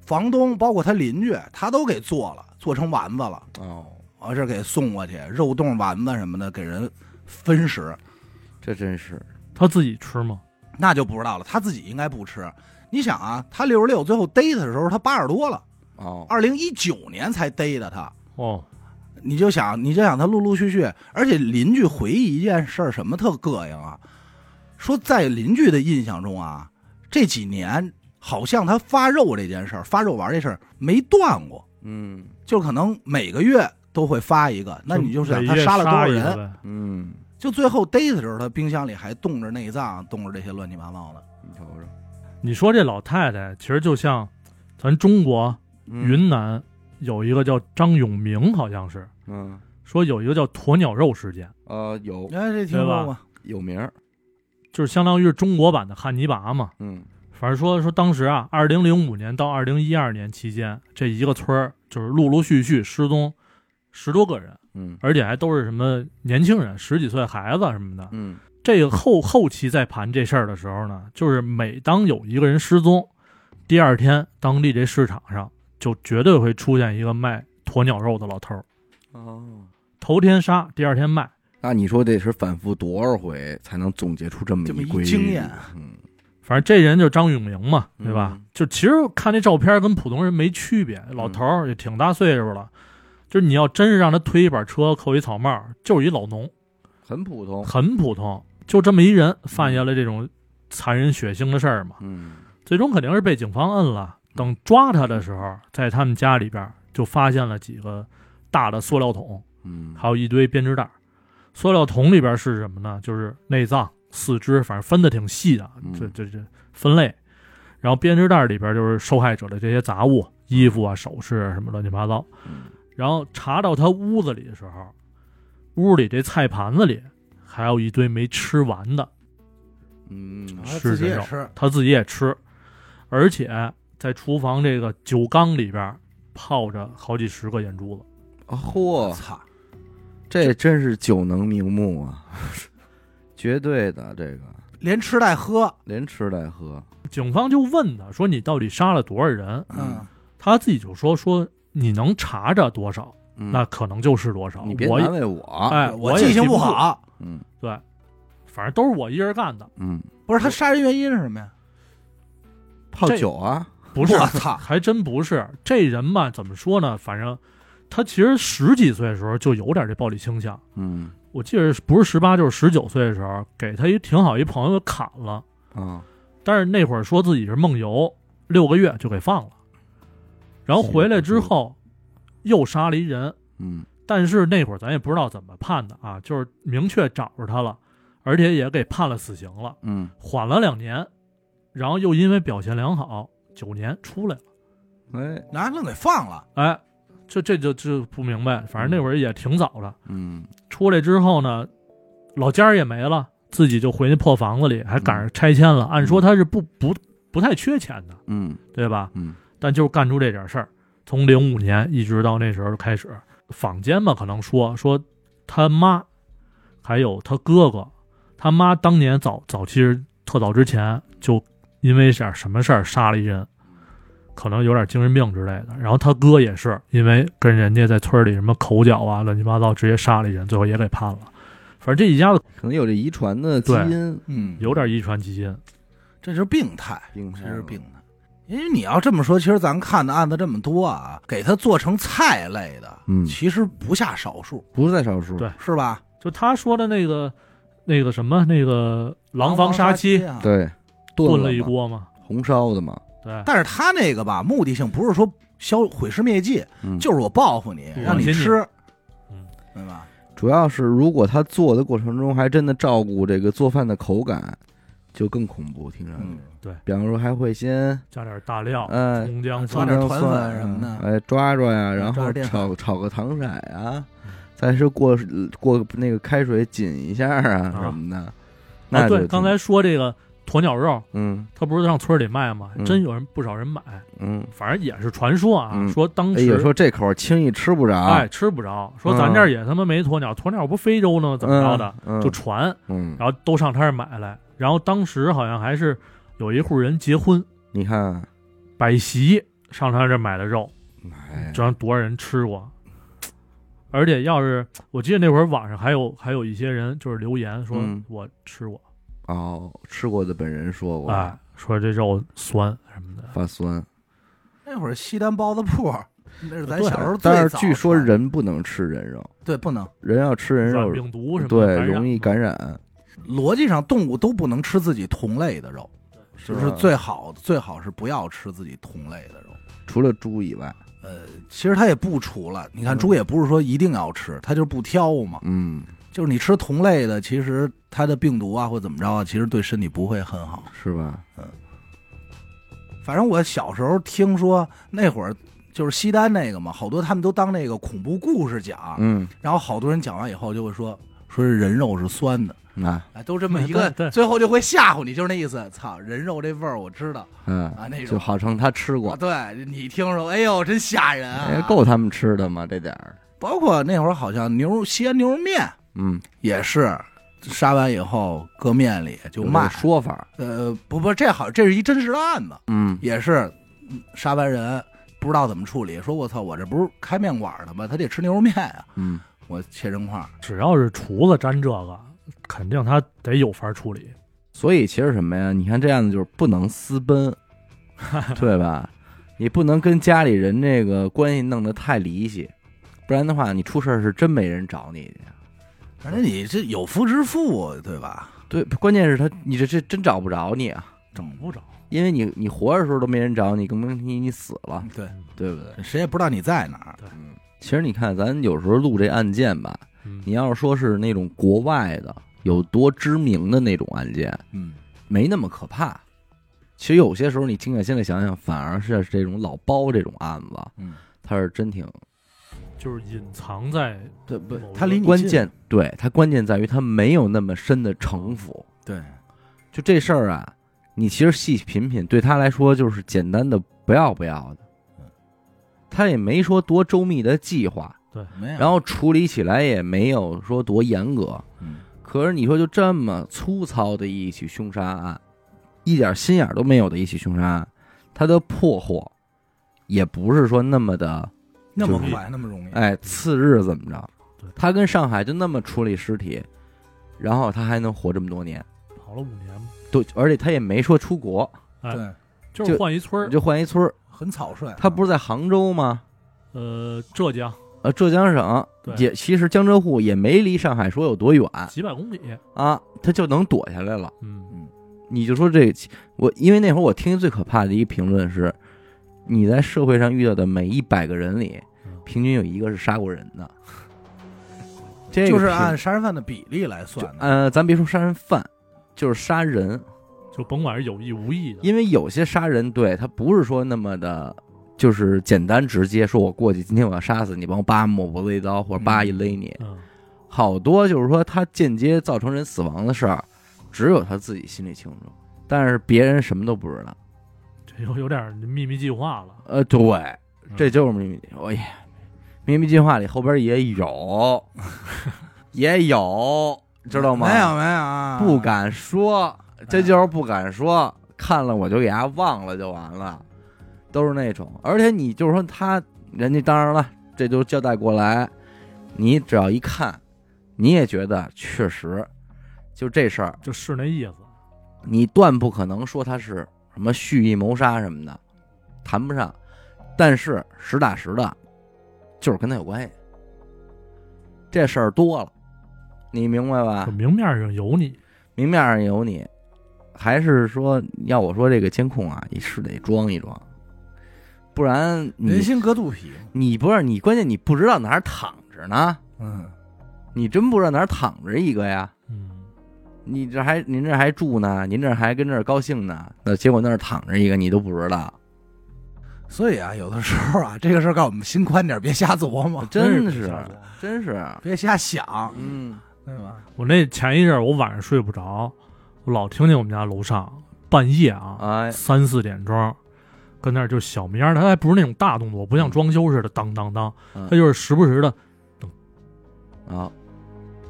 房东包括他邻居，他都给做了，做成丸子了，
哦，
完事儿给送过去，肉冻丸子什么的给人分食，
这真是
他自己吃吗？
那就不知道了。他自己应该不吃。你想啊，他六十六，最后逮他的时候他八十多了，
哦，
二零一九年才逮的他。
哦，
你就想，你就想他陆陆续续，而且邻居回忆一件事儿，什么特膈应啊？说在邻居的印象中啊，这几年好像他发肉这件事儿，发肉丸这事儿没断过，
嗯
就可能每个月都会发一个。那你就想
每
他
月
杀了多少
一个
人？
呗？
嗯，
就最后逮的时候，他冰箱里还冻着内脏，冻着这些乱七八糟的。
你瞅瞅，
你说这老太太其实就像咱中国
嗯，
云南有一个叫张永明，好像是
嗯
说有一个叫鸵鸟肉事件，
呃有
哎，这听说过？
有名儿，
就是相当于是中国版的汉尼拔嘛。
嗯
反正说说当时啊，二零零五年到二零一二年期间，这一个村儿就是陆陆续续失踪十多个人，
嗯
而且还都是什么年轻人，十几岁孩子什么的。
嗯
这个后后期在盘这事儿的时候呢，就是每当有一个人失踪，第二天当地这市场上就绝对会出现一个卖鸵鸟肉的老头儿，
哦，
头天杀，第二天卖。
那你说得是反复多少回才能总结出这么
这么一
规律
经验
嗯
反正这人就是张永明嘛，
嗯
对吧？就其实看这照片跟普通人没区别，老头儿也挺大岁数了，就是你要真是让他推一板车、扣一草帽，就是一老农，
很普通，
很普通，就这么一人犯下了这种残忍血腥的事儿嘛。
嗯
最终肯定是被警方摁了。等抓他的时候，在他们家里边就发现了几个大的塑料桶，
嗯，
还有一堆编织袋儿。塑料桶里边是什么呢？就是内脏、四肢，反正分的挺细的
嗯，
这这这分类。然后编织袋里边就是受害者的这些杂物、衣服啊、首饰啊什么乱七八糟。
嗯
然后查到他屋子里的时候，屋里这菜盘子里还有一堆没吃完的，
嗯
啊
是
自己
这
也
种
吃，
他自己也吃，而且在厨房这个酒缸里边泡着好几十个眼珠子。
啊嚯，
操！
这真是久能瞑目啊， 绝对的，这个
连吃带喝，
连吃带喝，
警方就问他说：“你到底杀了多少人
嗯，
他自己就说：“说你能查着多少，
嗯
那可能就是多少。
你别
我也
难为我，
哎，
我
也
记性
不
不，好，
嗯
对，反正都是我一人干的，
嗯，
不是他杀人原因是什么呀？
泡
这
酒啊，
不是，
我操
还真不是。这人吧，怎么说呢？反正他其实十几岁的时候就有点这暴力倾向。”
嗯
我记得不是十八就是十九岁的时候，给他一挺好一朋友给砍了，
啊，
但是那会儿说自己是梦游，六个月就给放了，然后回来之后又杀了一人，
嗯
但是那会儿咱也不知道怎么判的啊，就是明确找着他了，而且也给判了死刑了，
嗯，
缓了两年，然后又因为表现良好，九年出来了，
哎，
拿愣给放了，
哎，这这就就不明白，反正那会儿也挺早的，
嗯
出来之后呢，老家儿也没了，自己就回那破房子里，还赶上拆迁了。按说他是不不不太缺钱的，
嗯
对吧？
嗯
但就是干出这点事儿，从零五年一直到那时候就开始，坊间嘛可能说说他妈，还有他哥哥，他妈当年早早期是特早之前就因为点什么事儿杀了一人。可能有点精神病之类的，然后他哥也是因为跟人家在村里什么口角啊，乱七八糟，直接杀了一人，最后也给判了。反正这一家子
可能有这遗传的基
对
因
嗯
有点遗传基因，
这是病态，
病
这
态
是
了，
病态。因为你要这么说，其实咱看的案子这么多啊，给他做成菜类的，
嗯
其实不下少数，
不是在少数，
对
是吧？
就他说的那个那个什么那个廊坊杀妻，
啊，
对，
炖
炖
了一
嘛
锅嘛，
红烧的嘛，
对，
但是他那个吧，目的性不是说消毁尸灭迹，
嗯，
就是我报复你，
嗯
让你吃，
嗯，
对吧？
主要是如果他做的过程中还真的照顾这个做饭的口感，就更恐怖，听着。
嗯，
比方说还会先
加点大料、
哎
葱姜
抓
蒜，
点
葱姜
团
蒜
粉什么的
嗯哎，抓抓呀，然
抓
后
点淀
炒炒个糖色啊
嗯，
再是过过那个开水紧一下啊
啊
什么的。
啊，
那就
对，刚才说这个鸵鸟肉，
嗯
它不是让村里卖吗
嗯？
真有人不少人买，
嗯，
反正也是传说啊，
嗯
说当
哎呦，
时
说这口儿轻易吃不着，
哎吃不着，说咱这儿也他妈没鸵鸟，鸵鸟不非洲呢吗怎么着的，
嗯嗯，嗯
就传，
嗯，
然后都上他这儿买来，然后当时好像还是有一户人结婚
你看，
摆席上他这儿买的肉，
哎，
就让多少人吃过。而且要是我记得那会儿网上还有还有一些人就是留言说
嗯
我吃过，
哦，吃过的本人说过，
哎，说这肉酸什么的，
发酸，
那会儿西单包子铺，那是咱
对
小时候最早
但
的。
是据说人不能吃人肉，
对不能，
人要吃人
软
肉，
病毒什么的
对，容易
感
感染，
逻辑上动物都不能吃自己同类的肉，
是
就是
吧
最好最好是不要吃自己同类的肉。
除了猪以外，
呃，其实它也不除了，你看
嗯
猪也不是说一定要吃，它就是不挑嘛。
嗯，
就是你吃同类的，其实它的病毒啊或怎么着啊，其实对身体不会很好。
是吧？
反正我小时候听说那会儿就是西单那个嘛，好多他们都当那个恐怖故事讲，
嗯，
然后好多人讲完以后就会说，说是人肉是酸的，
那，
哎，都这么
嗯
一个，
对对
最后就会吓唬你，就是那意思。操，人肉这味儿我知道
嗯，
啊，那
就
种。
号称他吃
啊
过，
对你听说，哎呦，真吓人
哎
啊！，
够他们吃的吗？这点儿，
包括那会儿好像牛西安牛肉面
嗯，
也是，杀完以后搁面里就
有这
卖
个。说法，
呃，不不，这好，这是一真实的案子，
嗯，
也是嗯杀完人不知道怎么处理，说我操，我这不是开面馆的吗？他得吃牛肉面呀、
嗯，
我切成块儿。
只要是厨子沾这个，肯定他得有法处理。
所以其实什么呀？你看这样子就是不能私奔，对吧？你不能跟家里人这个关系弄得太离析，不然的话，你出事儿是真没人找你去。
反正你这有夫之妇，对吧？
对，关键是他，你这这真找不着你啊，
整不着，
因为你你活着时候都没人找你，更甭提你死了，
对，
对不对？
谁也不知道你在哪儿。
其实你看，咱有时候录这案件吧，
嗯
你要是说是那种国外的有多知名的那种案件，
嗯，
没那么可怕。其实有些时候你静下心来想想，反而是这种老包这种案子，
嗯，
它是真挺
就是隐藏在
对不
某一个
他离你近
关键，对它关键在于它没有那么深的城府。
对，
就这事儿啊，你其实细品品，对他来说就是简单的不要不要的
嗯，
他也没说多周密的计划，
没有。
然后处理起来也没有说多严格。
嗯，
可是你说就这么粗糙的一起凶杀案，一点心眼儿都没有的一起凶杀案，它的破获也不是说那么的
那么
就是
快，那么容易。
哎次日怎么着
嗯对？
他跟上海就那么处理尸体，然后他还能活这么多年，
跑了五年嘛，
对，而且他也没说出国，
哎
对，
就是换一村儿，
就换一村儿。
很草率。啊
他不是在杭州吗？
呃，浙江
呃，浙江省
对
也其实江浙沪也没离上海说有多远
几百公里，
啊，他就能躲下来了。
嗯，
你就说这我，因为那会儿我听最可怕的一个评论是，你在社会上遇到的每一百个人里
嗯，
平均有一个是杀过人 的。这个
就是
平
啊
按杀人犯的比例来算的。
呃，咱别说杀人犯，就是杀人，
就甭管是有意无意的，
因为有些杀人对他不是说那么的，就是简单直接，说我过去今天我要杀死你，帮我叭抹脖子一刀或者叭一勒你，
嗯，
好多就是说他间接造成人死亡的事儿，只有他自己心里清楚，但是别人什么都不知道。
这有有点秘密计划了，
呃，对，
嗯
这就是秘密计划。哎呀，秘密计划里后边也 有，也有，知道吗？
没有，没有啊，
不敢说，这就是不敢说。看了我就给他忘了就完了，都是那种。而且你就是说他，人家当然了，这都交代过来，你只要一看，你也觉得确实，就这事儿，
就是那意思，
你断不可能说他是什么蓄意谋杀什么的，谈不上。但是实打实的，就是跟他有关系。这事儿多了，你明白吧
啊就？明面上有你，
明面上有你，还是说要我说这个监控啊，你是得装一装，不然
人
你
心隔肚皮。
你不是你，关键你不知道哪儿躺着呢，
嗯，
你真不知道哪儿躺着一个呀。
嗯，
你这还您这还住呢，您这还跟这儿高兴呢，那结果那儿躺着一个你都不知道，
所以啊，有的时候啊， 这个事儿告诉我们心宽点儿，别瞎琢磨，
真
是
是真是，
别瞎想，
嗯
对吧？
我那前一阵儿我晚上睡不着，我老听见我们家楼上半夜啊，
哎，
三四点钟，跟那儿就小绵儿，他还不是那种大动作，不像装修似的当当当，
嗯
他就是时不时的，
啊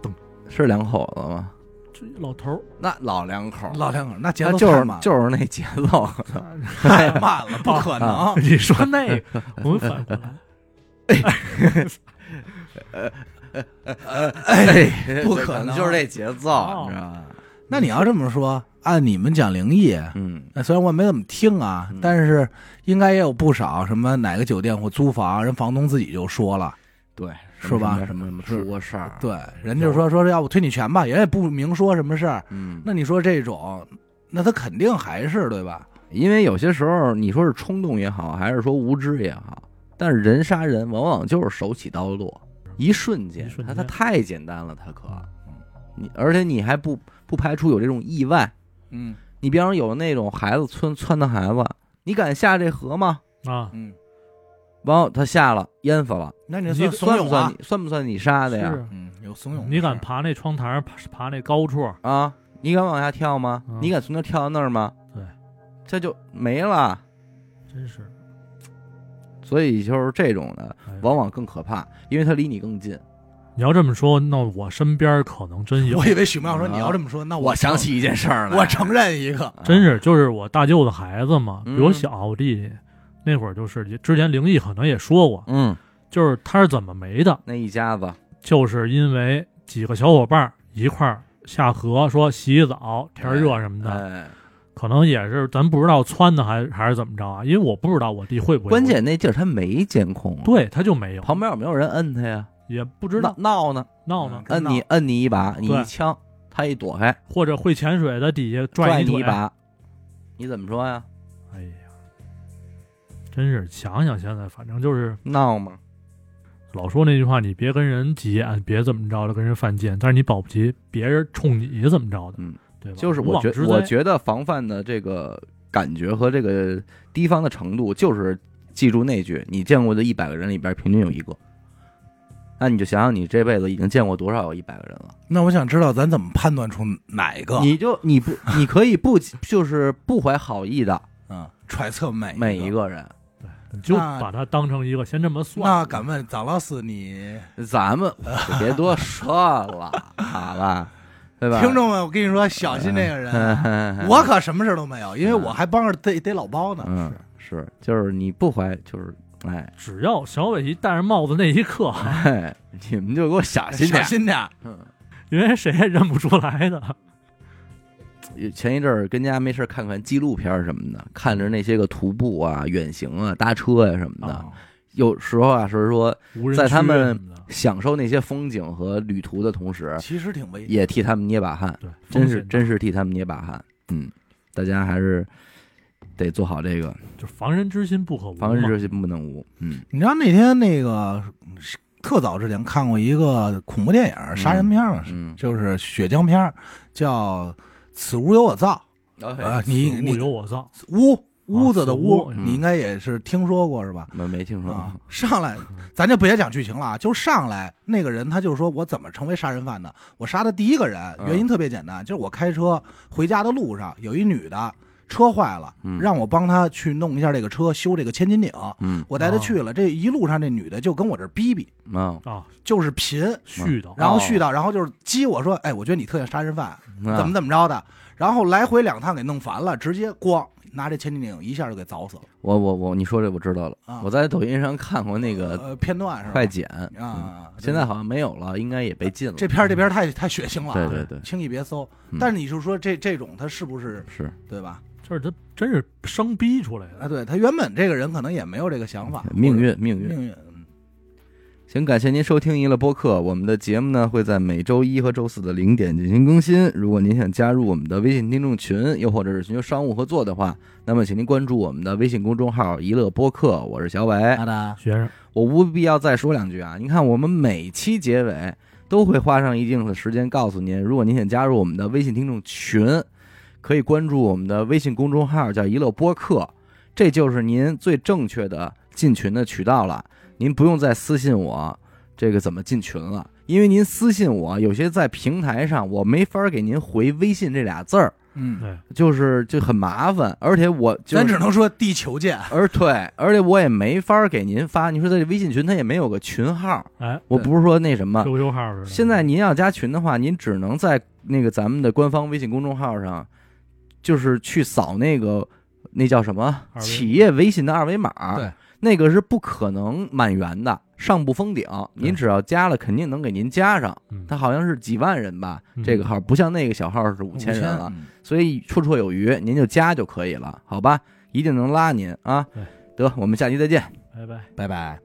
咚，
是两口子吗？
这老头儿
那老两口儿，
老两口那节
他
奏
哦就
太
是
慢了，
就是那节奏，
太慢了，不可能
啊。
你说那个，我们反过来，
哎
不可
可
能
就是这节奏，
哦
你知道吧？
那你要这么说，按你们讲灵异，
嗯，
那虽然我没怎么听啊
嗯，
但是应该也有不少什么哪个酒店或租房，人房东自己就说了，
对，
是吧
什么什么
是
出过事儿，，
对，人就说说是要不推你全吧，人也不明说什么事儿。
嗯，
那你说这种，那他肯定还是对吧？
因为有些时候你说是冲动也好，还是说无知也好，但是人杀人往往就是手起刀落，一瞬间
一，瞬
他
间
他太简单了，他可，嗯你而且你还不不排除有这种意外，
嗯
你比方说有那种孩子窜窜的孩子，你敢下这河吗？
啊，
嗯，
完后他下了，淹死了，
那你
你
算
算怂
不
恿
算
啊？
你算不算你杀的呀？
是
嗯，有怂恿的事儿，
你敢爬那窗台儿，爬爬那高处，
啊，你敢往下跳吗？
嗯
你敢从那儿跳到那儿吗？
对，
这就没了。
真是，
所以就是这种的，
哎呀
往往更可怕，因为它离你更近。
你要这么说，那我身边可能真有
我，以为许妙说你要这么说，那承，
一件事儿
我承认一个，
啊真是就是我大舅的孩子嘛，比
嗯
我小，我弟弟那会儿就是之前灵异可能也说过，
嗯，
就是他是怎么没的，
那一家
啊
子，
就是因为几个小伙伴儿一块儿下河，说洗澡、天儿热什么的，
哎，
可能也是咱不知道窜的还还是怎么着啊，因为我不知道我弟会不会。
关键那地儿他没监控，，啊
对他就没有，
旁边有没有人摁他呀？
也不知道
闹闹呢，
闹
嗯
呢，
摁你摁你一把，你一
对
枪，他一躲开，
或者会潜水的底下
拽
拽
你
腿
一。把，你怎么说呀？
哎呀，真是想想现在，反正就是
闹吗？
老说那句话，你别跟人急眼，别怎么着的跟人犯贱，但是你保不齐别人冲你也怎么着的，
嗯，
对吧？
就是
无
我
妄
觉
之灾
我觉得防范的这个感觉和这个提防的程度，就是记住那句：你见过的一百个人里边，平均有一个。那你就想想，你这辈子已经见过多少有一百个人了？
那我想知道咱怎么判断出哪个？
你就你不，你可以不 就是不怀好意的
嗯，揣测每
每一。个人。
你就
那
把它当成一个先这么算，
那敢问张老师，你
咱们就别多说了，好吧？对吧？嗯
听众们，我跟你说，小心这个人，
众
我可什么事都没有，因为我还帮着逮逮老包呢。
嗯是就是你不怀就是哎
只要小伟一戴上帽子那一刻，
哎，你们就给我小心
小
点。
心点儿，
嗯
因为谁也认不出来的。
前一阵儿跟家没事儿看看纪录片儿什么的，看着那些个徒步啊、远行啊、搭车呀、什么的，
啊
有时候啊是说
无人
在他
区
们
什么的
享受那些风景和旅途的同时，
其实挺危险。
也替他们捏把汗，
对，
真
风
是
险
真是替他们捏把汗。嗯，大家还是得做好这个
就防人之心不可无嘛。
防人之心不能无。嗯，
你知道那天那个嗯特早之前看过一个恐怖电影杀人片嘛，
嗯，
就是血浆片儿，叫《此屋有我造》啊，你
此物
你
有我造，
啊
屋屋子的
此
屋
屋，
嗯
你应该也是听说过是吧？
我没听说
啊
过。，
上来，咱就别讲剧情了啊，就上来那个人，他就说我怎么成为杀人犯的？我杀的第一个人，
嗯
原因特别简单，就是我开车回家的路上有一女的车坏了，
嗯
让我帮她去弄一下这个车，修这个千斤顶。
嗯，
我带她去了，这一路上这女的就跟我这儿逼逼，
啊，
啊，
就是贫，
絮叨，
哦
然后絮叨，然后就是激我说，哎，我觉得你特像杀人犯，
那
怎么怎么着的，然后来回两趟给弄烦了，直接咣拿这千斤顶一下就给凿死了
我我我，你说这我知道了
啊。
我在抖音上看过那个
呃片段是吧？
快剪
啊啊，
嗯
啊
现在好像没有了，应该也被禁了。
这片儿这片儿太太血腥了啊，
对对对，
轻易别搜
嗯。
但是你就说这这种他是不是
是
对吧？
就是他真是生逼出来
啊，
的。
对他原本这个人可能也没有这个想法，
命运命
或
运
者。命运。嗯
行，感谢您收听娱乐播客。我们的节目呢会在每周一和周四的零点进行更新。如果您想加入我们的微信听众群，又或者是寻求商务合作的话，那么请您关注我们的微信公众号“娱乐播客”。我是小伟，
的，
学生，
我无必要再说两句啊。您看，我们每期结尾都会花上一定的时间告诉您，如果您想加入我们的微信听众群，可以关注我们的微信公众号，叫“一乐播客”，这就是您最正确的进群的渠道了。您不用再私信我这个怎么进群了，因为您私信我，有些在平台上我没法给您回微信这俩字儿，
嗯，
对，
就是就很麻烦，而且我就
咱
是
只能说地球见。
而对，而且我也没法给您发，你说在这微信群它也没有个群号，
哎
我不是说那什么，
，QQ 号似
啊
的。
现在您要加群的话，您只能在那个咱们的官方微信公众号上，就是去扫那个那叫什么
二维码
企业微信的二维码，
对，
那个是不可能满员的，上不封顶。您只要加了，肯定能给您加上。
嗯
它好像是几万人吧，
嗯
这个号不像那个小号是五
五
千人了，
嗯
所以绰绰有余，您就加就可以了，好吧？一定能拉您啊
对！
得，我们下期再见。
拜拜。
拜拜。